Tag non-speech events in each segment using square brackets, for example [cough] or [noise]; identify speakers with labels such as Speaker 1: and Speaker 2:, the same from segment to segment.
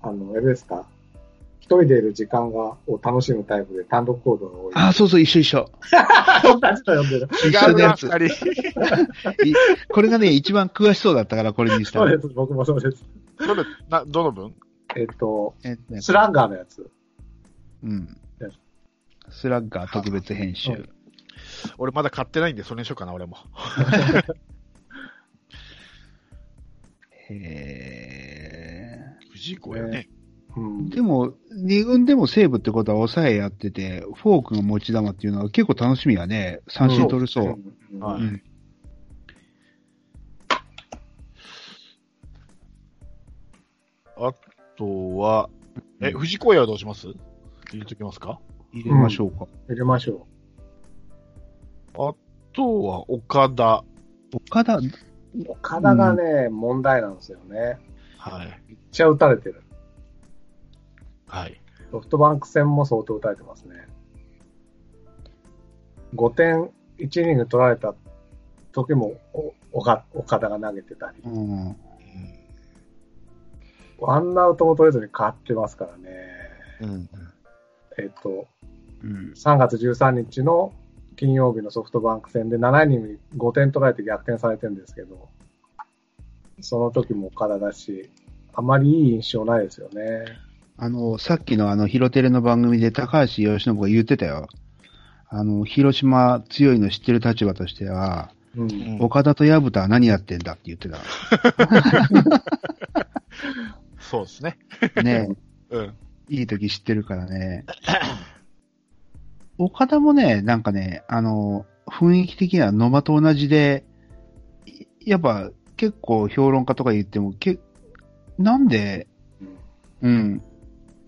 Speaker 1: あの、あれですか一人でいる時間がを楽しむタイプで単独行動が多い。
Speaker 2: あ、そうそう、一緒一緒。
Speaker 1: 同じの読んでる。
Speaker 3: 違
Speaker 2: 緒
Speaker 3: う
Speaker 2: の
Speaker 3: な、
Speaker 2: やつ
Speaker 3: 二人。
Speaker 2: [laughs] いこれがね、一番詳しそうだったから、これにした
Speaker 1: そう。です、僕もそうです。
Speaker 3: どれ、な、どの分
Speaker 1: えっと、
Speaker 2: えっとね
Speaker 1: スランガーのやつ。
Speaker 2: うん。スラッガー特別編
Speaker 1: は
Speaker 2: 集。
Speaker 3: 俺まだ買ってないんで、それにしようかな、俺も。
Speaker 2: へー
Speaker 3: 藤井子やね。
Speaker 1: うん。
Speaker 2: でも、二軍でも西武ってことは抑えやってて、フォークが持ち球っていうのは結構楽しみやね。三振取れそう。
Speaker 1: うん
Speaker 3: は
Speaker 2: う
Speaker 3: い
Speaker 2: ん
Speaker 3: あとは、え、
Speaker 2: うん
Speaker 3: 藤井子やはどうします入れときますか
Speaker 2: 入れましょうか。
Speaker 1: 入れましょ
Speaker 3: あとは、岡田。
Speaker 2: 岡田、
Speaker 1: う。岡田がね、問題なんですよね。
Speaker 3: はい。
Speaker 1: めっちゃ打たれてる。
Speaker 3: はい。
Speaker 1: ソフトバンク戦も相当打たれてますね。5点、1イニング取られた時も、お岡岡田が投げてたり。
Speaker 2: うん。
Speaker 1: ワンアウトも取れずに勝ってますからね。
Speaker 3: うん。
Speaker 1: えっと、
Speaker 2: うん。
Speaker 1: 3月13日の金曜日のソフトバンク戦で7イニングに5点取られて逆転されてるんですけど、その時も岡田だし、あまりいい印象ないですよね。
Speaker 2: あの、さっきのあの、ヒロテレの番組で高橋由伸が言ってたよ。あの、広島強いの知ってる立場としては、
Speaker 1: うん。
Speaker 3: うん
Speaker 2: 岡田と矢蓋は何やってんだって言って
Speaker 3: そうですね。
Speaker 2: た。
Speaker 3: [laughs]
Speaker 2: ね
Speaker 3: うん。
Speaker 2: いい時知ってるからね。岡田もね、なんかね、あの、雰囲気的には野間と同じで、いやっぱ結構評論家とか言っても、けなんで、
Speaker 1: うん
Speaker 2: うん、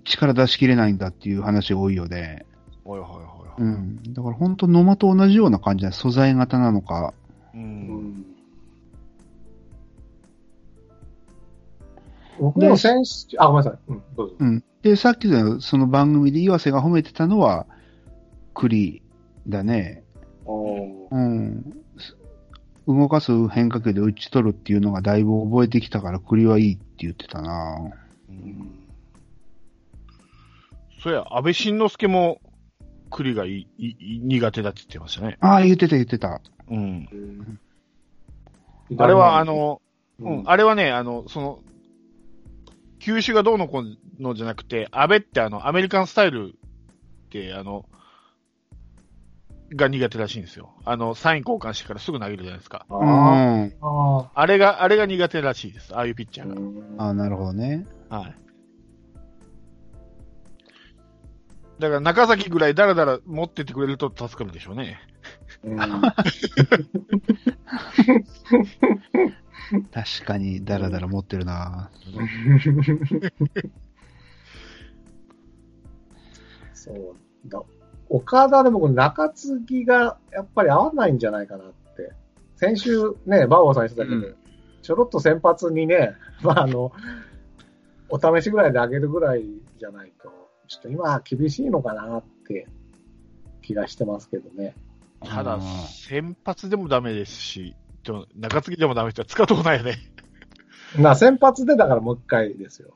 Speaker 2: 力出し切れないんだっていう話が多いよね。
Speaker 3: はいはいはいうはい。
Speaker 2: ん。だから本当野間と同じような感じだ素材型なのか。
Speaker 3: う。
Speaker 1: うんん僕も選手、あ、ごめんなさい。うん、どうぞ。
Speaker 2: うん。で、さっきのその番組で岩瀬が褒めてたのは、栗だね。
Speaker 1: おー
Speaker 2: うん。動かす変化球で打ち取るっていうのがだいぶ覚えてきたから、栗はいいって言ってたな
Speaker 3: うんそうや、安倍晋之助も、栗がいいいい苦手だって言ってましたね。
Speaker 2: ああ、言ってた言ってた。
Speaker 3: うん。
Speaker 1: うん
Speaker 3: あれは、あ、の、
Speaker 1: う
Speaker 3: う
Speaker 1: ん、、
Speaker 3: んあれはね、あの、その、球種がどうのこうのじゃなくて、安倍ってあの、アメリカンスタイルって、あの、が苦手らしいんですよ。あの、サイン交換してからすぐ投げるじゃないですか。
Speaker 2: うん。
Speaker 1: あ
Speaker 2: あ
Speaker 1: あ
Speaker 3: あれが、あれが苦手らしいです。ああいうピッチャー
Speaker 1: ー、
Speaker 3: が。
Speaker 1: うん
Speaker 2: あ、なるほどね。
Speaker 3: はい。だから中崎ぐらいだらだら持ってってくれると助かるでしょうね。
Speaker 1: うん
Speaker 2: 確かに、だらだら持ってるな
Speaker 1: そうだ。岡田で僕、中継ぎがやっぱり合わないんじゃないかなって。先週ね、バーボーさん言ってたけど、
Speaker 2: うん
Speaker 1: ちょろっと先発にね、 [laughs] まああの、お試しぐらいで上げるぐらいじゃないと、ちょっと今は厳しいのかなって気がしてますけどね。
Speaker 3: た
Speaker 2: あ
Speaker 3: だ、
Speaker 2: ー
Speaker 3: 先発でもダメですし、でも中継ぎでもダメって使うとこないよね。
Speaker 1: まあ先発でだからもう一回ですよ。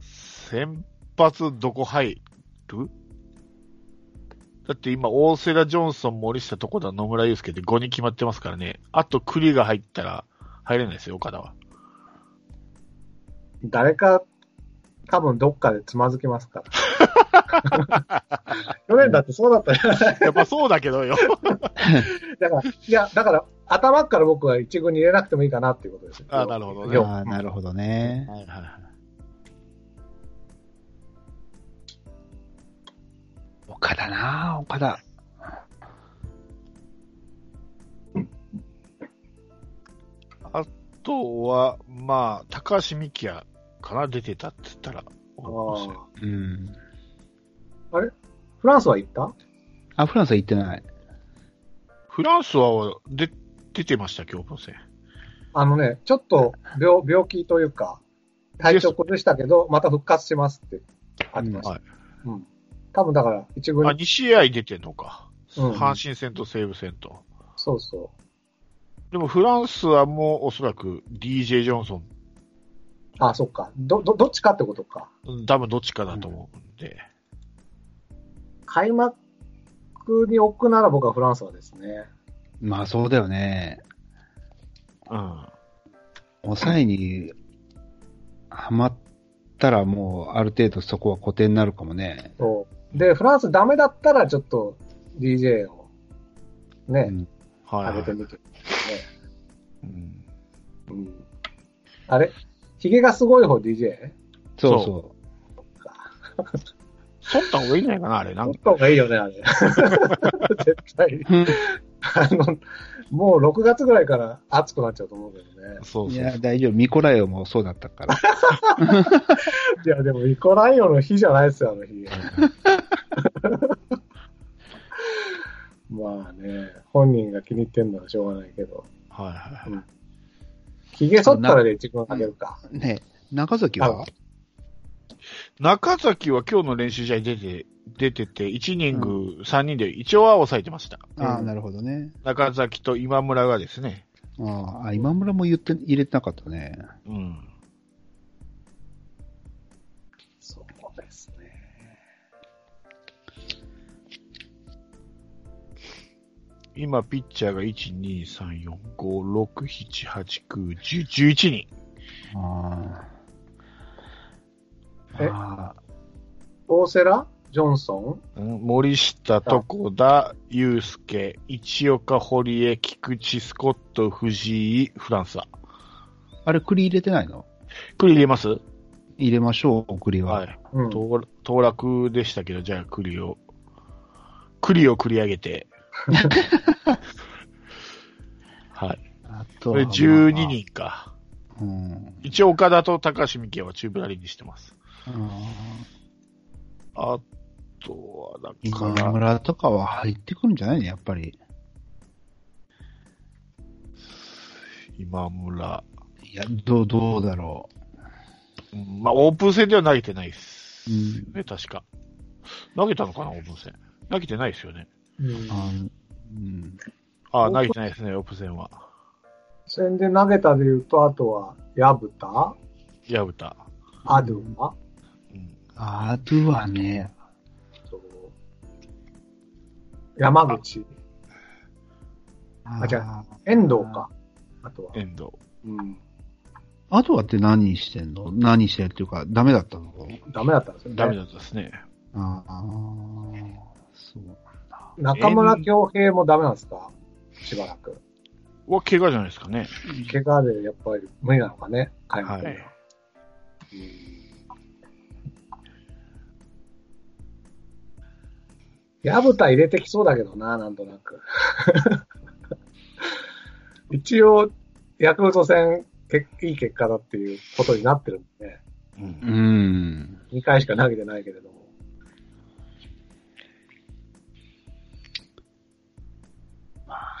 Speaker 3: 先発どこ入るだって今、大瀬良、ジョンソン、森下、床田、野村祐介で5に決まってますからね。あと、栗が入ったら入れないですよ、岡田は。
Speaker 1: 誰か、多分どっかでつまずきますから。
Speaker 3: [laughs]
Speaker 1: 去年だってそうだったよ。
Speaker 3: やっぱそうだけどよ。
Speaker 1: だから、いや、だから、頭から僕は一軍に入れなくてもいいかなっていうことですよ。
Speaker 3: あなるほどね
Speaker 1: 要は
Speaker 2: あーなるほどね。
Speaker 3: はいはいはい。
Speaker 2: 岡田な岡田。
Speaker 3: あとは、まあ、高橋美希也から出てたって言ったら、
Speaker 1: あ
Speaker 2: うん。
Speaker 1: ーフランスは行った
Speaker 2: あ、フランスは行ってない。
Speaker 3: フランスは出出てました、今日の戦。
Speaker 1: あのね、ちょっと病病気というか、体調崩したけど、また復活しますってありました。
Speaker 3: はい
Speaker 1: うん。多分だから、一軍
Speaker 3: あ、
Speaker 1: に、
Speaker 3: 2試合出てんのか。
Speaker 1: うん
Speaker 3: 阪神戦と西武戦と。
Speaker 1: そうそ
Speaker 3: でもフランスはもうおそらく DJ ジョンソン
Speaker 1: う。あ、そっか。ど、ど、どっちかってことか。
Speaker 3: うん多分どっちかだと思うんで。
Speaker 1: 開幕に置くなら僕はフランスはですね。
Speaker 2: まあそうだよね。
Speaker 3: うん。
Speaker 2: 抑えにはまったらもうある程度そこは固定になるかもね。
Speaker 1: そう。で、フランスダメだったらちょっと DJ を
Speaker 2: う
Speaker 1: ね、
Speaker 2: ん
Speaker 3: はい、
Speaker 1: 上げ
Speaker 3: は
Speaker 1: て
Speaker 3: い。
Speaker 1: みて。ね。
Speaker 3: うん
Speaker 1: うん。あれヒゲがすごい方 DJ?
Speaker 2: そうそ
Speaker 3: 取った方がいいんじゃないかな、あれ。な
Speaker 1: 持
Speaker 3: ん
Speaker 1: っ
Speaker 3: か
Speaker 1: た方がいいよね、あれ。絶
Speaker 2: [laughs]
Speaker 1: 対。
Speaker 2: う。
Speaker 1: あの、もう6月ぐらいから暑くなっちゃうと思うけどね。
Speaker 3: そう
Speaker 2: い
Speaker 3: そう
Speaker 2: や、大丈夫。ミコライオもそうだったから。
Speaker 1: いや、でもミコライオの日じゃないですよ、あの日。まあね、本人が気に入ってんのはしょうがないけど。
Speaker 3: はいはい。
Speaker 1: 髭剃ったらで一番かけるか。
Speaker 2: [laughs] ね中崎は
Speaker 3: 中崎は今日の練習試合出て、出てて、1イニング3人で一応は抑えてました。
Speaker 1: うん
Speaker 2: ああ、なるほどね。
Speaker 3: 中崎と今村がですね。
Speaker 2: ああ、今村も言って、入れてなかったね。
Speaker 3: うん。
Speaker 1: そうですね。
Speaker 3: 今、ピッチャーが1、2、3、4、5、6、7、8、9、10、11人。
Speaker 2: ああ。
Speaker 1: え
Speaker 2: あ
Speaker 1: 大セラジョンソ
Speaker 3: うん森下、床田、祐介、一岡、堀江、菊池、スコット、藤井、フランスは。
Speaker 2: ああれ、栗入れてないの
Speaker 3: 栗入れます
Speaker 2: 入れましょう、栗は。
Speaker 3: はい。
Speaker 1: ンうん。
Speaker 3: 当当落でしたけど、じゃあ栗を、栗を繰り上げて。はい。
Speaker 2: あと
Speaker 3: こ
Speaker 2: は
Speaker 3: れ
Speaker 2: まあ
Speaker 3: 12人か。
Speaker 2: うん。
Speaker 3: 一応岡田と高橋美希は中ブラリにしてます。
Speaker 2: あ
Speaker 3: あとは、だか
Speaker 2: 今
Speaker 3: ら、
Speaker 2: 村とかは入ってくるんじゃないのやっぱり。
Speaker 3: 今村。
Speaker 2: いや、どう、どうだろ
Speaker 3: うんまあ、オープン戦では投げてないです。
Speaker 2: う。うん。
Speaker 3: ね、確か。投げたのかな、オープン戦。投げてないですよね。
Speaker 1: うん
Speaker 2: あうん。
Speaker 3: あ
Speaker 1: オー
Speaker 3: あ、
Speaker 1: プン
Speaker 3: 投げてないですね、オープン戦は。
Speaker 1: それで投げたで言うと、あとは、ヤブタ
Speaker 3: 矢蓋。
Speaker 1: アドゥマ
Speaker 3: うん。
Speaker 2: あとはね、
Speaker 1: と山口、
Speaker 2: あ
Speaker 1: あじゃ
Speaker 2: あ。
Speaker 1: 遠藤か。あとは。
Speaker 3: 遠藤。
Speaker 1: うん。
Speaker 2: あとはって何してんの何してるっていうか、ダメだったの
Speaker 1: ダメだったんですよね。
Speaker 3: ダメだったですね。
Speaker 2: ああ、そう。
Speaker 1: 中村恭平もダメなんですかしばらく。
Speaker 3: は、怪我じゃないですかね。
Speaker 1: 怪我でやっぱり無理なのかね、開幕
Speaker 3: は
Speaker 1: で
Speaker 3: い。
Speaker 1: 矢蓋入れてきそうだけどな、なんとなく。 [laughs] 一応、ヤクルト戦、けいい結果だっていうことになってるんでね、
Speaker 3: う。
Speaker 2: うんん。
Speaker 1: 2回しか投げてないけれども。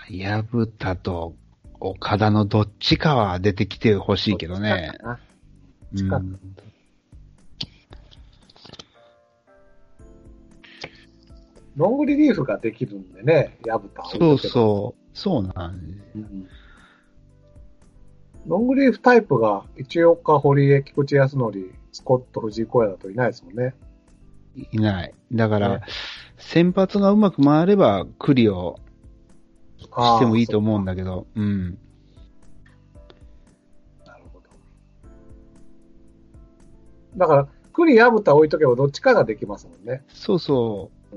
Speaker 2: 矢蓋と岡田のどっちかは出てきてほしいけどね。
Speaker 1: あ
Speaker 2: う
Speaker 1: 近く
Speaker 2: ん、
Speaker 1: ロングリリーフができるんでね、矢蓋
Speaker 2: そうそう。そうなんで
Speaker 1: うんロングリーフタイプが、一岡、堀江、菊池康則、スコット、藤井小屋だといないですもんね。
Speaker 2: いない。だから、
Speaker 1: ね
Speaker 2: 先発がうまく回れば、クリを
Speaker 1: あー
Speaker 2: してもいいと思うんだけど、うん。
Speaker 1: そうなるほど。だから、栗、矢蓋置いとけばどっちかができますもんね。
Speaker 2: そうそう。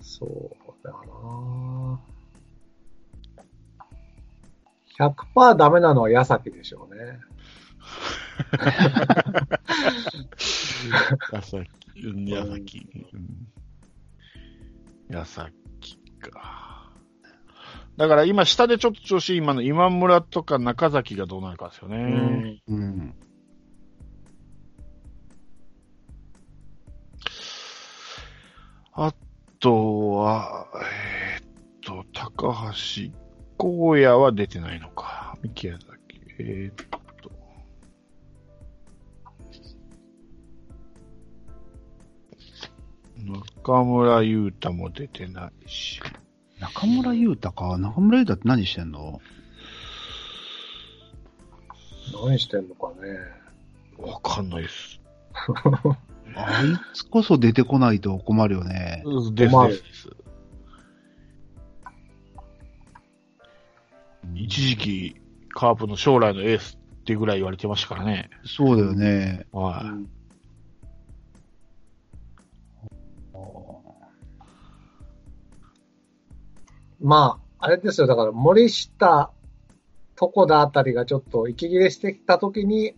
Speaker 1: そうだな100%ダメなのは矢崎でしょうね。
Speaker 3: 矢崎。うん矢崎。うん矢崎か。だから今、下でちょっと調子いい今の今村とか中崎がどうなるかですよね。
Speaker 1: うん。
Speaker 2: うん。
Speaker 3: あとは、えーっと、高橋、荒野は出てないのか。三木屋崎。えーっと。中村優太も出てないし。
Speaker 2: 中村優太か。中村優太って何してんの
Speaker 1: 何してんのかね。
Speaker 3: わかんないです。
Speaker 2: あいつこそ出てこないと困るよね。
Speaker 3: です
Speaker 1: 困
Speaker 3: で
Speaker 1: る
Speaker 3: すです。一時期、カープの将来のエースってぐらい言われてましたからね。
Speaker 2: そうだよね。
Speaker 3: は
Speaker 1: う
Speaker 3: い。
Speaker 1: んまあ、あれですよ、だから森下、床田あたりがちょっと息切れしてきたときに、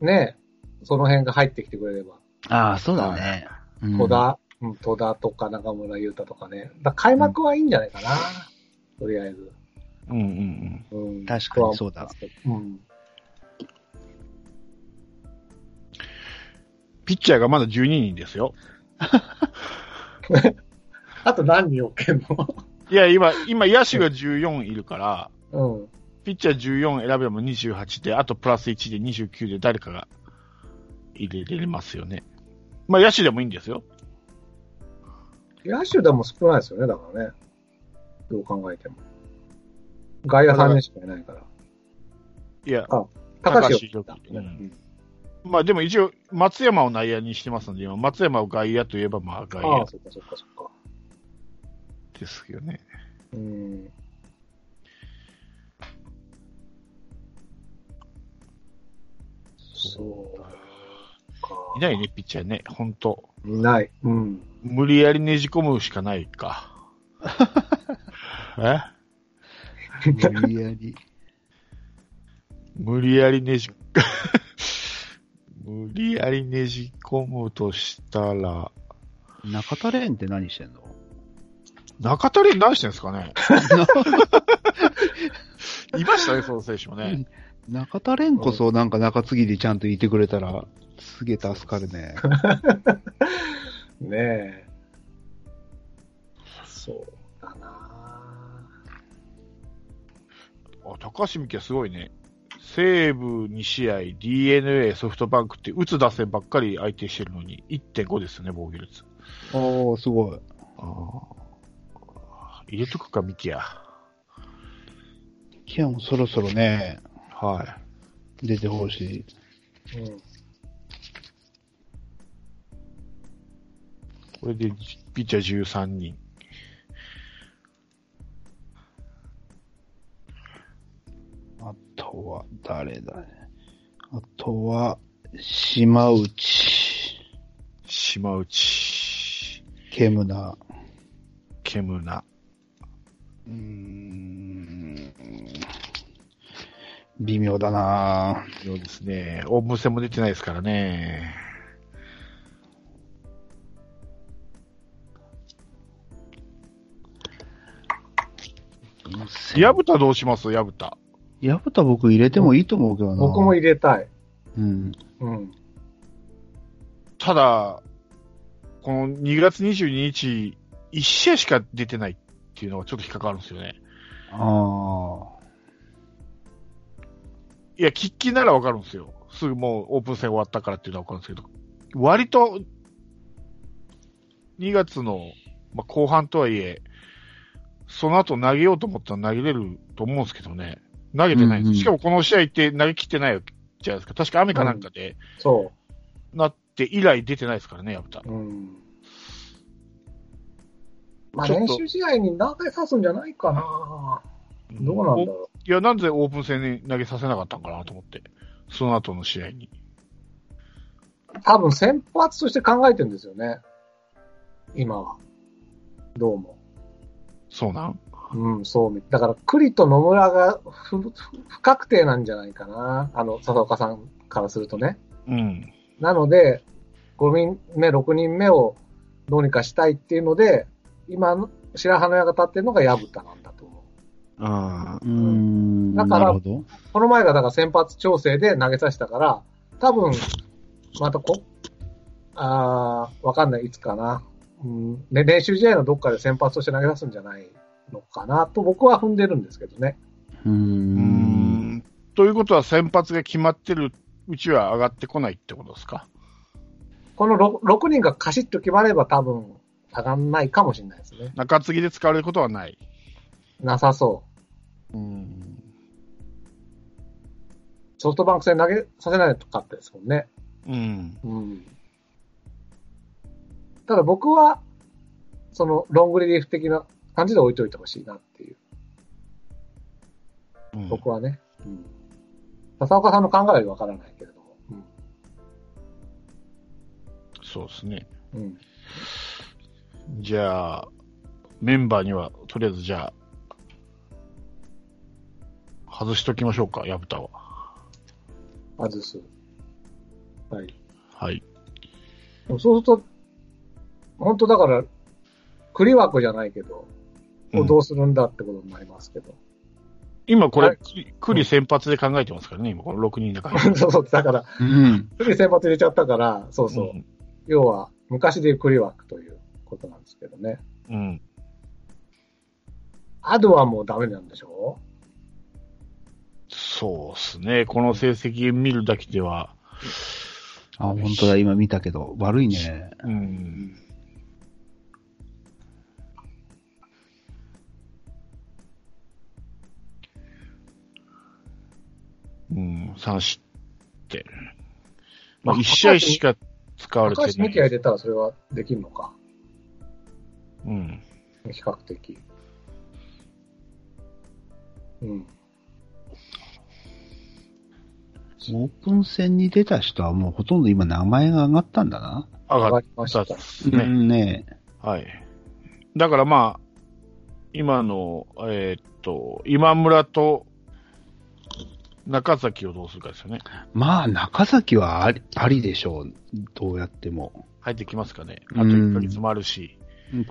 Speaker 1: ねえ、その辺が入ってきてくれれば、
Speaker 2: ああ、そうだね。うん
Speaker 1: 戸田、うん、戸田とか中村優太とかね、だから開幕はいいんじゃないかな、とりあえず。
Speaker 3: うんうんうん。
Speaker 1: うん、
Speaker 2: 確かにそうだ。
Speaker 1: うん。
Speaker 3: ピッチャーがまだ12人ですよ。
Speaker 1: あと何人置けん
Speaker 3: いや、今、今、野手が14いるから、
Speaker 1: の [laughs] うん。
Speaker 3: ピッチャー14選べば28で、あとプラス1で29で誰かが入れれますよね。まあ、野手でもいいんですよ。
Speaker 1: 野手でも少ないですよね、だからね。どう考えても。外野3人しかいないから。
Speaker 3: いや、
Speaker 1: 高橋を
Speaker 3: 高橋
Speaker 1: 切った。
Speaker 3: うんまあでも一応、松山を内野にしてますので、今、松山を外野といえば、まあ外
Speaker 1: あ
Speaker 3: 野
Speaker 1: あ、そっかそっかそっか。
Speaker 3: ですよね。
Speaker 1: うん。そうか。
Speaker 3: いないね、ピッチャーね。本当
Speaker 1: いない。うん。
Speaker 3: 無理やりねじ込むしかないか。え
Speaker 2: 無理やり。
Speaker 3: 無理やりねじ、 [laughs] 無理やりねじ込むとしたら、
Speaker 2: 中田蓮って何 [laughs] してんの
Speaker 3: 中田蓮何してんですかねいましたね、その選手もね。
Speaker 2: 中田蓮こそなんか中継ぎでちゃんといてくれたら、すげえ助かるね。
Speaker 1: ねえ。そうだな
Speaker 3: あ高橋美希はすごいね。西武2試合、DNA、ソフトバンクって打つ打線ばっかり相手してるのに1.5ですよね、防御率。
Speaker 2: おおすごい。
Speaker 3: 入れとくか、ミキや。
Speaker 2: いや、もうそろそろね、
Speaker 3: は
Speaker 2: 出てほしい。
Speaker 1: うん。
Speaker 3: い。これで、ピッチャー13人。
Speaker 2: あとは、誰だね。あとは、島内、
Speaker 3: 島内、
Speaker 2: ケムナ。
Speaker 3: ケムナ。
Speaker 2: うーん。微妙だなぁ
Speaker 3: そうですね。オープン戦も出てないですからね。矢蓋どうします矢蓋。
Speaker 2: やぶた僕入れてもいいと思うけどな
Speaker 1: 僕も入れたい。
Speaker 2: うん。
Speaker 1: うん。
Speaker 3: ただ、この2月22日、1試合しか出てないっていうのがちょっと引っかかるんですよね。
Speaker 2: あ
Speaker 3: いや、喫緊ならわかるんですよ。すぐもうオープン戦終わったからっていうのはわかるんですけど、割と、2月の、まあ、後半とはいえ、その後投げようと思ったら投げれると思うんですけどね。投げてないん
Speaker 2: うんう
Speaker 3: です。
Speaker 2: ん
Speaker 3: しかもこの試合って投げ切ってないじゃないですか。確か雨かなんかで、
Speaker 1: そ
Speaker 3: なって以来出てないですからね、やぶた。
Speaker 1: う。うん。まあ
Speaker 3: ちょっ
Speaker 1: 練
Speaker 3: と
Speaker 1: 習試合に何回刺すんじゃないかなどうなんだろ
Speaker 3: いや、なんでオープン戦に投げさせなかったんかなと思って。その後の試合に。
Speaker 1: う。多分先発として考えてるんですよね。今は。どうも。
Speaker 3: そうなん
Speaker 1: うん、そうみ。だから、栗と野村が不不不確定なんじゃないかな。あの、笹岡さんからするとね。
Speaker 3: うん。
Speaker 1: なので、5人目、6人目をどうにかしたいっていうので、今の、白羽の矢が立ってるのが薮田なんだと思う。
Speaker 3: あ
Speaker 2: ーうーん。
Speaker 1: だから
Speaker 2: なるほど。
Speaker 1: この前がだから先発調整で投げさせたから、多分、またこ、あー、わかんない、いつかな。うん、で練習試合のどっかで先発として投げ出すんじゃないのかなと僕は踏んでるんですけどね。
Speaker 2: うー。
Speaker 3: うんん。ということは先発が決まってるうちは上がってこないってことですか
Speaker 1: この 6, 6人がカシッと決まれば多分上がんないかもしれないですね。
Speaker 3: 中継ぎで使われることはない。
Speaker 1: なさそ
Speaker 3: うん。
Speaker 1: ソフトバンク戦投げさせないとかったですもんね。
Speaker 3: うん。
Speaker 1: うん。ただ僕は、その、ロングリリーフ的な感じで置いといてほしいなっていう、
Speaker 3: うん
Speaker 1: 僕はね。うん。笹岡さんの考えはわからないけれども。
Speaker 3: そうですね。
Speaker 1: うん。うん。
Speaker 3: じゃあ、メンバーには、とりあえずじゃあ、外しときましょうか、ヤブタは。
Speaker 1: 外す。はい。
Speaker 3: はい。
Speaker 1: そうすると、本当だから、栗枠じゃないけど、
Speaker 3: うん
Speaker 1: どうするんだってことになりますけど。 [laughs]
Speaker 3: 今これ、
Speaker 1: はい
Speaker 3: クリ先発で考えてますからね、今この6人だから。
Speaker 1: そうそう、だから、
Speaker 2: うん。
Speaker 1: 栗選抜入れちゃったから、そう [laughs] そう。
Speaker 3: うん
Speaker 1: 要は、昔でいう栗枠ということなんですけどね。
Speaker 3: うん。
Speaker 1: アドはもうダメなんでしょ
Speaker 3: そうですね。この成績見るだけでは、
Speaker 2: あ、本当だ、今見たけど、悪いね。
Speaker 3: うん。うん、3失点。ま
Speaker 1: ま
Speaker 3: あ、
Speaker 1: あ
Speaker 3: 1試合しか使われて
Speaker 1: 高橋
Speaker 3: な
Speaker 1: 美希が
Speaker 3: い。
Speaker 1: 入れたらそれはできるのか。
Speaker 3: うん。
Speaker 1: 比較的。うん。
Speaker 2: オープン戦に出た人はもうほとんど今名前が上がったんだな。
Speaker 3: 上
Speaker 1: 上
Speaker 3: が
Speaker 1: が
Speaker 3: っ
Speaker 1: りましたた
Speaker 3: っ。すね。
Speaker 2: うんねえ。
Speaker 3: はい。だからまあ、今の、えーっと、今村と中崎をどうするかですよね。
Speaker 2: まあ、中崎はありありでしょう。どうやっても。
Speaker 3: 入ってきますかね。あ
Speaker 2: う
Speaker 3: と
Speaker 2: ん
Speaker 3: 1ヶ月もあるし。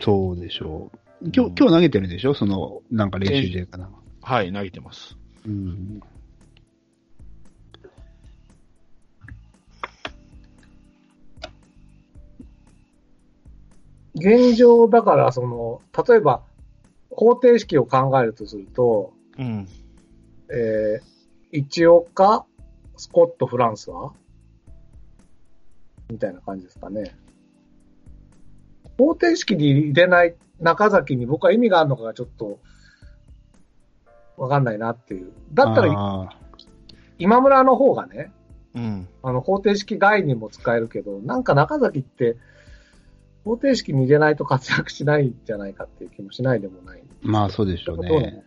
Speaker 2: そうでしょう。今日
Speaker 3: うん、
Speaker 2: 今日投げてるでしょその、なんか練習試合かな。
Speaker 3: はい、投げてます。
Speaker 2: うん。
Speaker 1: 現状、だから、その、例えば、方程式を考えるとすると、
Speaker 3: うん。
Speaker 1: えー、一岡、スコット、フランスはみたいな感じですかね。方程式に入れない中崎に僕は意味があるのかがちょっと、わかんないなっていう。だったら、
Speaker 2: ああ
Speaker 1: 今村の方がね、
Speaker 3: うん。
Speaker 1: あの、方程式外にも使えるけど、なんか中崎って、方程式に入れないと活躍しないんじゃないかっていう気もしないでもない。
Speaker 2: まあ、そうでしょう
Speaker 1: そう
Speaker 2: ね
Speaker 1: ね。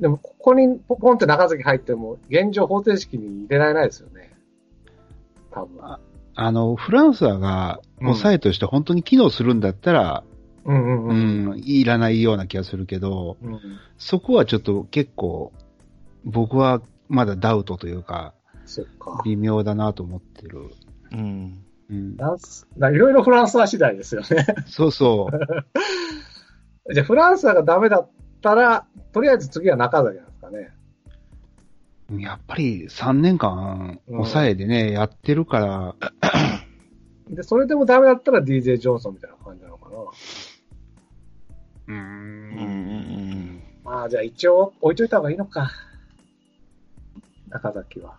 Speaker 1: でも、ここにポポンって中崎入っても、現状方程式に入れられないですよね。多分。
Speaker 2: あの、フランスが抑えとして本当に機能するんだったら、
Speaker 1: うんうん
Speaker 2: う
Speaker 1: うん。
Speaker 2: ん、いらないような気がするけど、
Speaker 1: うん、
Speaker 2: そこはちょっと結構、僕はまだダウトというか、
Speaker 1: そっか。
Speaker 2: 微妙だなと思ってる。
Speaker 3: うん。
Speaker 2: うん
Speaker 1: フ、ランス、だいろいろフランスは次第ですよね。 [laughs]
Speaker 2: そうそう。
Speaker 1: じゃあ、フランスがダメだったら、とりあえず次は中崎なんですかね。 [laughs]
Speaker 2: やっぱり3年間、抑えでね、やってるから、
Speaker 1: で、それでもダメだったら DJ ジョンソンみたいな感じなのかな。
Speaker 2: う、
Speaker 3: うんん。
Speaker 1: まあ、じゃあ一応置いといた方がいいのか。中崎は。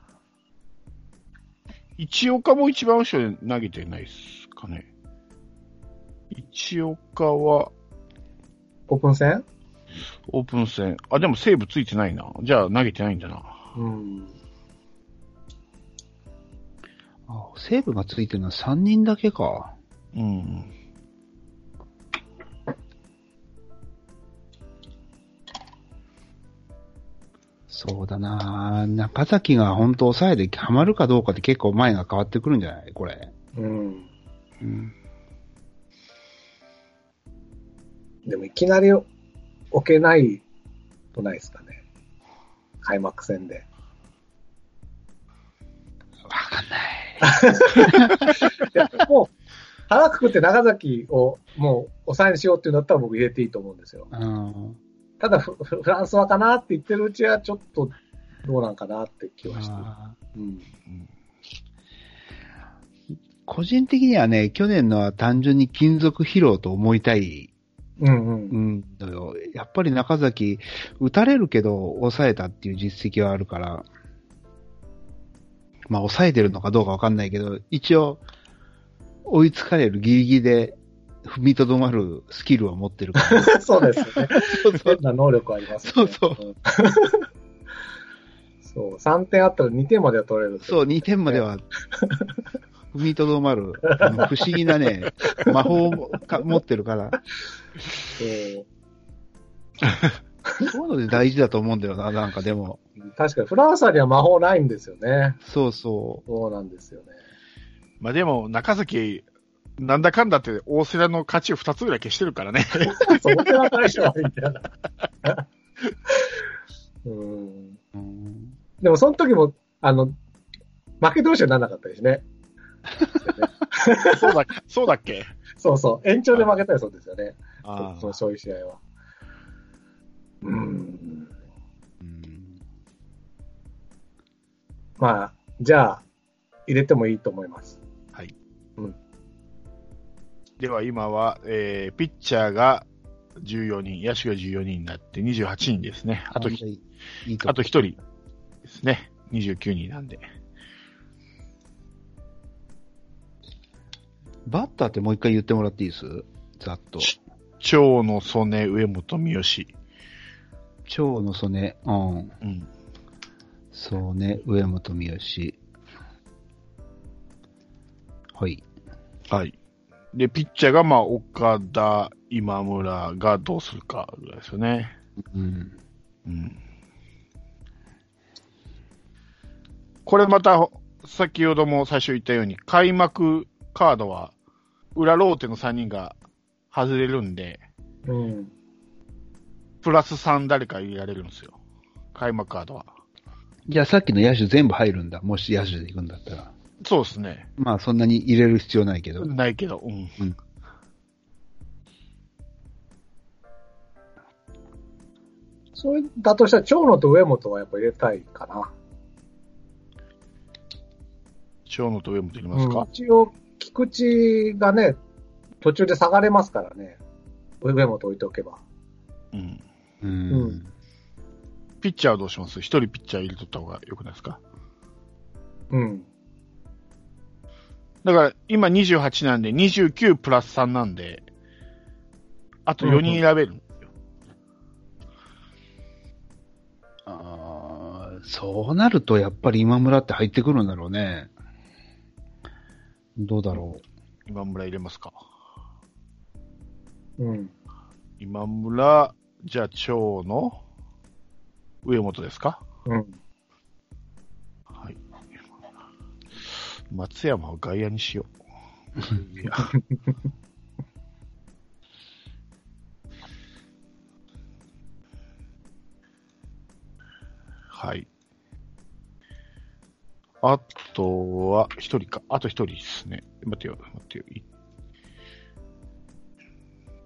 Speaker 3: 一岡も一番後ろで投げてないですかね。一岡は
Speaker 1: オープン戦
Speaker 3: オープン戦。あ、でもセーブついてないな。じゃあ投げてないんだな。
Speaker 1: うん。
Speaker 2: あセーブがついてるのは3人だけか。
Speaker 3: うん。
Speaker 2: そうだな中崎が本当抑えでハマるかどうかって結構前が変わってくるんじゃないこれ。
Speaker 1: うん。
Speaker 2: うん。
Speaker 1: でもいきなり置けないとないですかね。開幕戦で。
Speaker 2: わかんない。
Speaker 1: いやもう、腹くくって長崎をもう抑えにしようっていうんだったら僕入れていいと思うんですよ。
Speaker 2: うん。
Speaker 1: ただフ、フフランスはかなって言ってるうちはちょっとどうなんかなって気はしてる。
Speaker 2: あー
Speaker 1: うん。
Speaker 2: 個人的にはね、去年のは単純に金属疲労と思いたい
Speaker 1: うんうん
Speaker 2: う。んのよ。やっぱり中崎、打たれるけど抑えたっていう実績はあるから、まあ抑えてるのかどうかわかんないけど、一応、追いつかれるギリギリで踏みとどまるスキルは持ってるから。
Speaker 1: [laughs]
Speaker 2: [laughs]
Speaker 1: そうですよね。変な能力ありますよね。
Speaker 2: そう
Speaker 1: [laughs] うん。そう3点あったら2点までは取れる。
Speaker 2: そう、2点までは、踏みとどまる。あの不思議なね、魔法をか持ってるから。
Speaker 1: そ
Speaker 2: そういうので大事だと思うんだよな、なんかでも。
Speaker 1: う確かに、フランサーには魔法ないんですよね。
Speaker 2: そうそ
Speaker 1: そうなんですよね。
Speaker 3: まあでも、中崎、なんだかんだって大瀬良の勝ちを2つぐらい消してるからね。
Speaker 1: [laughs] そこが大した悪いんだよな。うん。
Speaker 2: う。うん
Speaker 1: でも、その時も、あの、負け同士にならなかったですね。
Speaker 3: そうだ、そうだっけ
Speaker 1: そうそう。延長で負けたりそうですよね。
Speaker 3: あ
Speaker 1: そうそういう試合は。うん。
Speaker 2: うん
Speaker 1: まあ、じゃあ、入れてもいいと思います。
Speaker 3: では今は、えー、ピッチャーが14人、野手が14人になって28人ですね。あと、
Speaker 2: いいと
Speaker 3: あと1人ですね。29人なんで。
Speaker 2: バッターってもう一回言ってもらっていいですざっと。
Speaker 3: 長野、曽根、上本、三好。
Speaker 2: 蝶の曽根、うん。
Speaker 3: うん。
Speaker 2: そうね、上本三好。はい。
Speaker 3: はい。で、ピッチャーが、まあ、岡田、今村がどうするかぐらいですよね。
Speaker 2: うん。
Speaker 3: うんこれまた、先ほども最初言ったように、開幕カードは、裏ローテの3人が外れるんで、
Speaker 1: うん。
Speaker 3: プラス3誰か入れられるんですよ。開幕カードは。
Speaker 2: じゃあさっきの野手全部入るんだ。もし野手で行くんだったら。
Speaker 3: そうですね。
Speaker 2: まあそんなに入れる必要ないけど。
Speaker 3: ないけど、うん。
Speaker 2: うん
Speaker 1: それだとしたら、長野と上本はやっぱ入れたいかな。
Speaker 3: 長野と上本入れますか、
Speaker 1: 一応、菊池がね、途中で下がれますからね。上本置いておけば。
Speaker 3: うん、
Speaker 2: う。
Speaker 1: うん
Speaker 3: ピッチャーはどうします一人ピッチャー入れとった方が良くないですか
Speaker 1: うん。
Speaker 3: だから、今28なんで、29プラス3なんで、あと4人選べる。
Speaker 2: あーそうなるとやっぱり今村って入ってくるんだろうね。どうだろ
Speaker 3: 今村入れますか
Speaker 1: うん。
Speaker 3: 今村、じゃあ、長野、上本ですか
Speaker 1: うん。
Speaker 3: はい。松山を外野にしよう。いやはい。あとは、一人か。あと一人ですね。待てよ、待てよ。い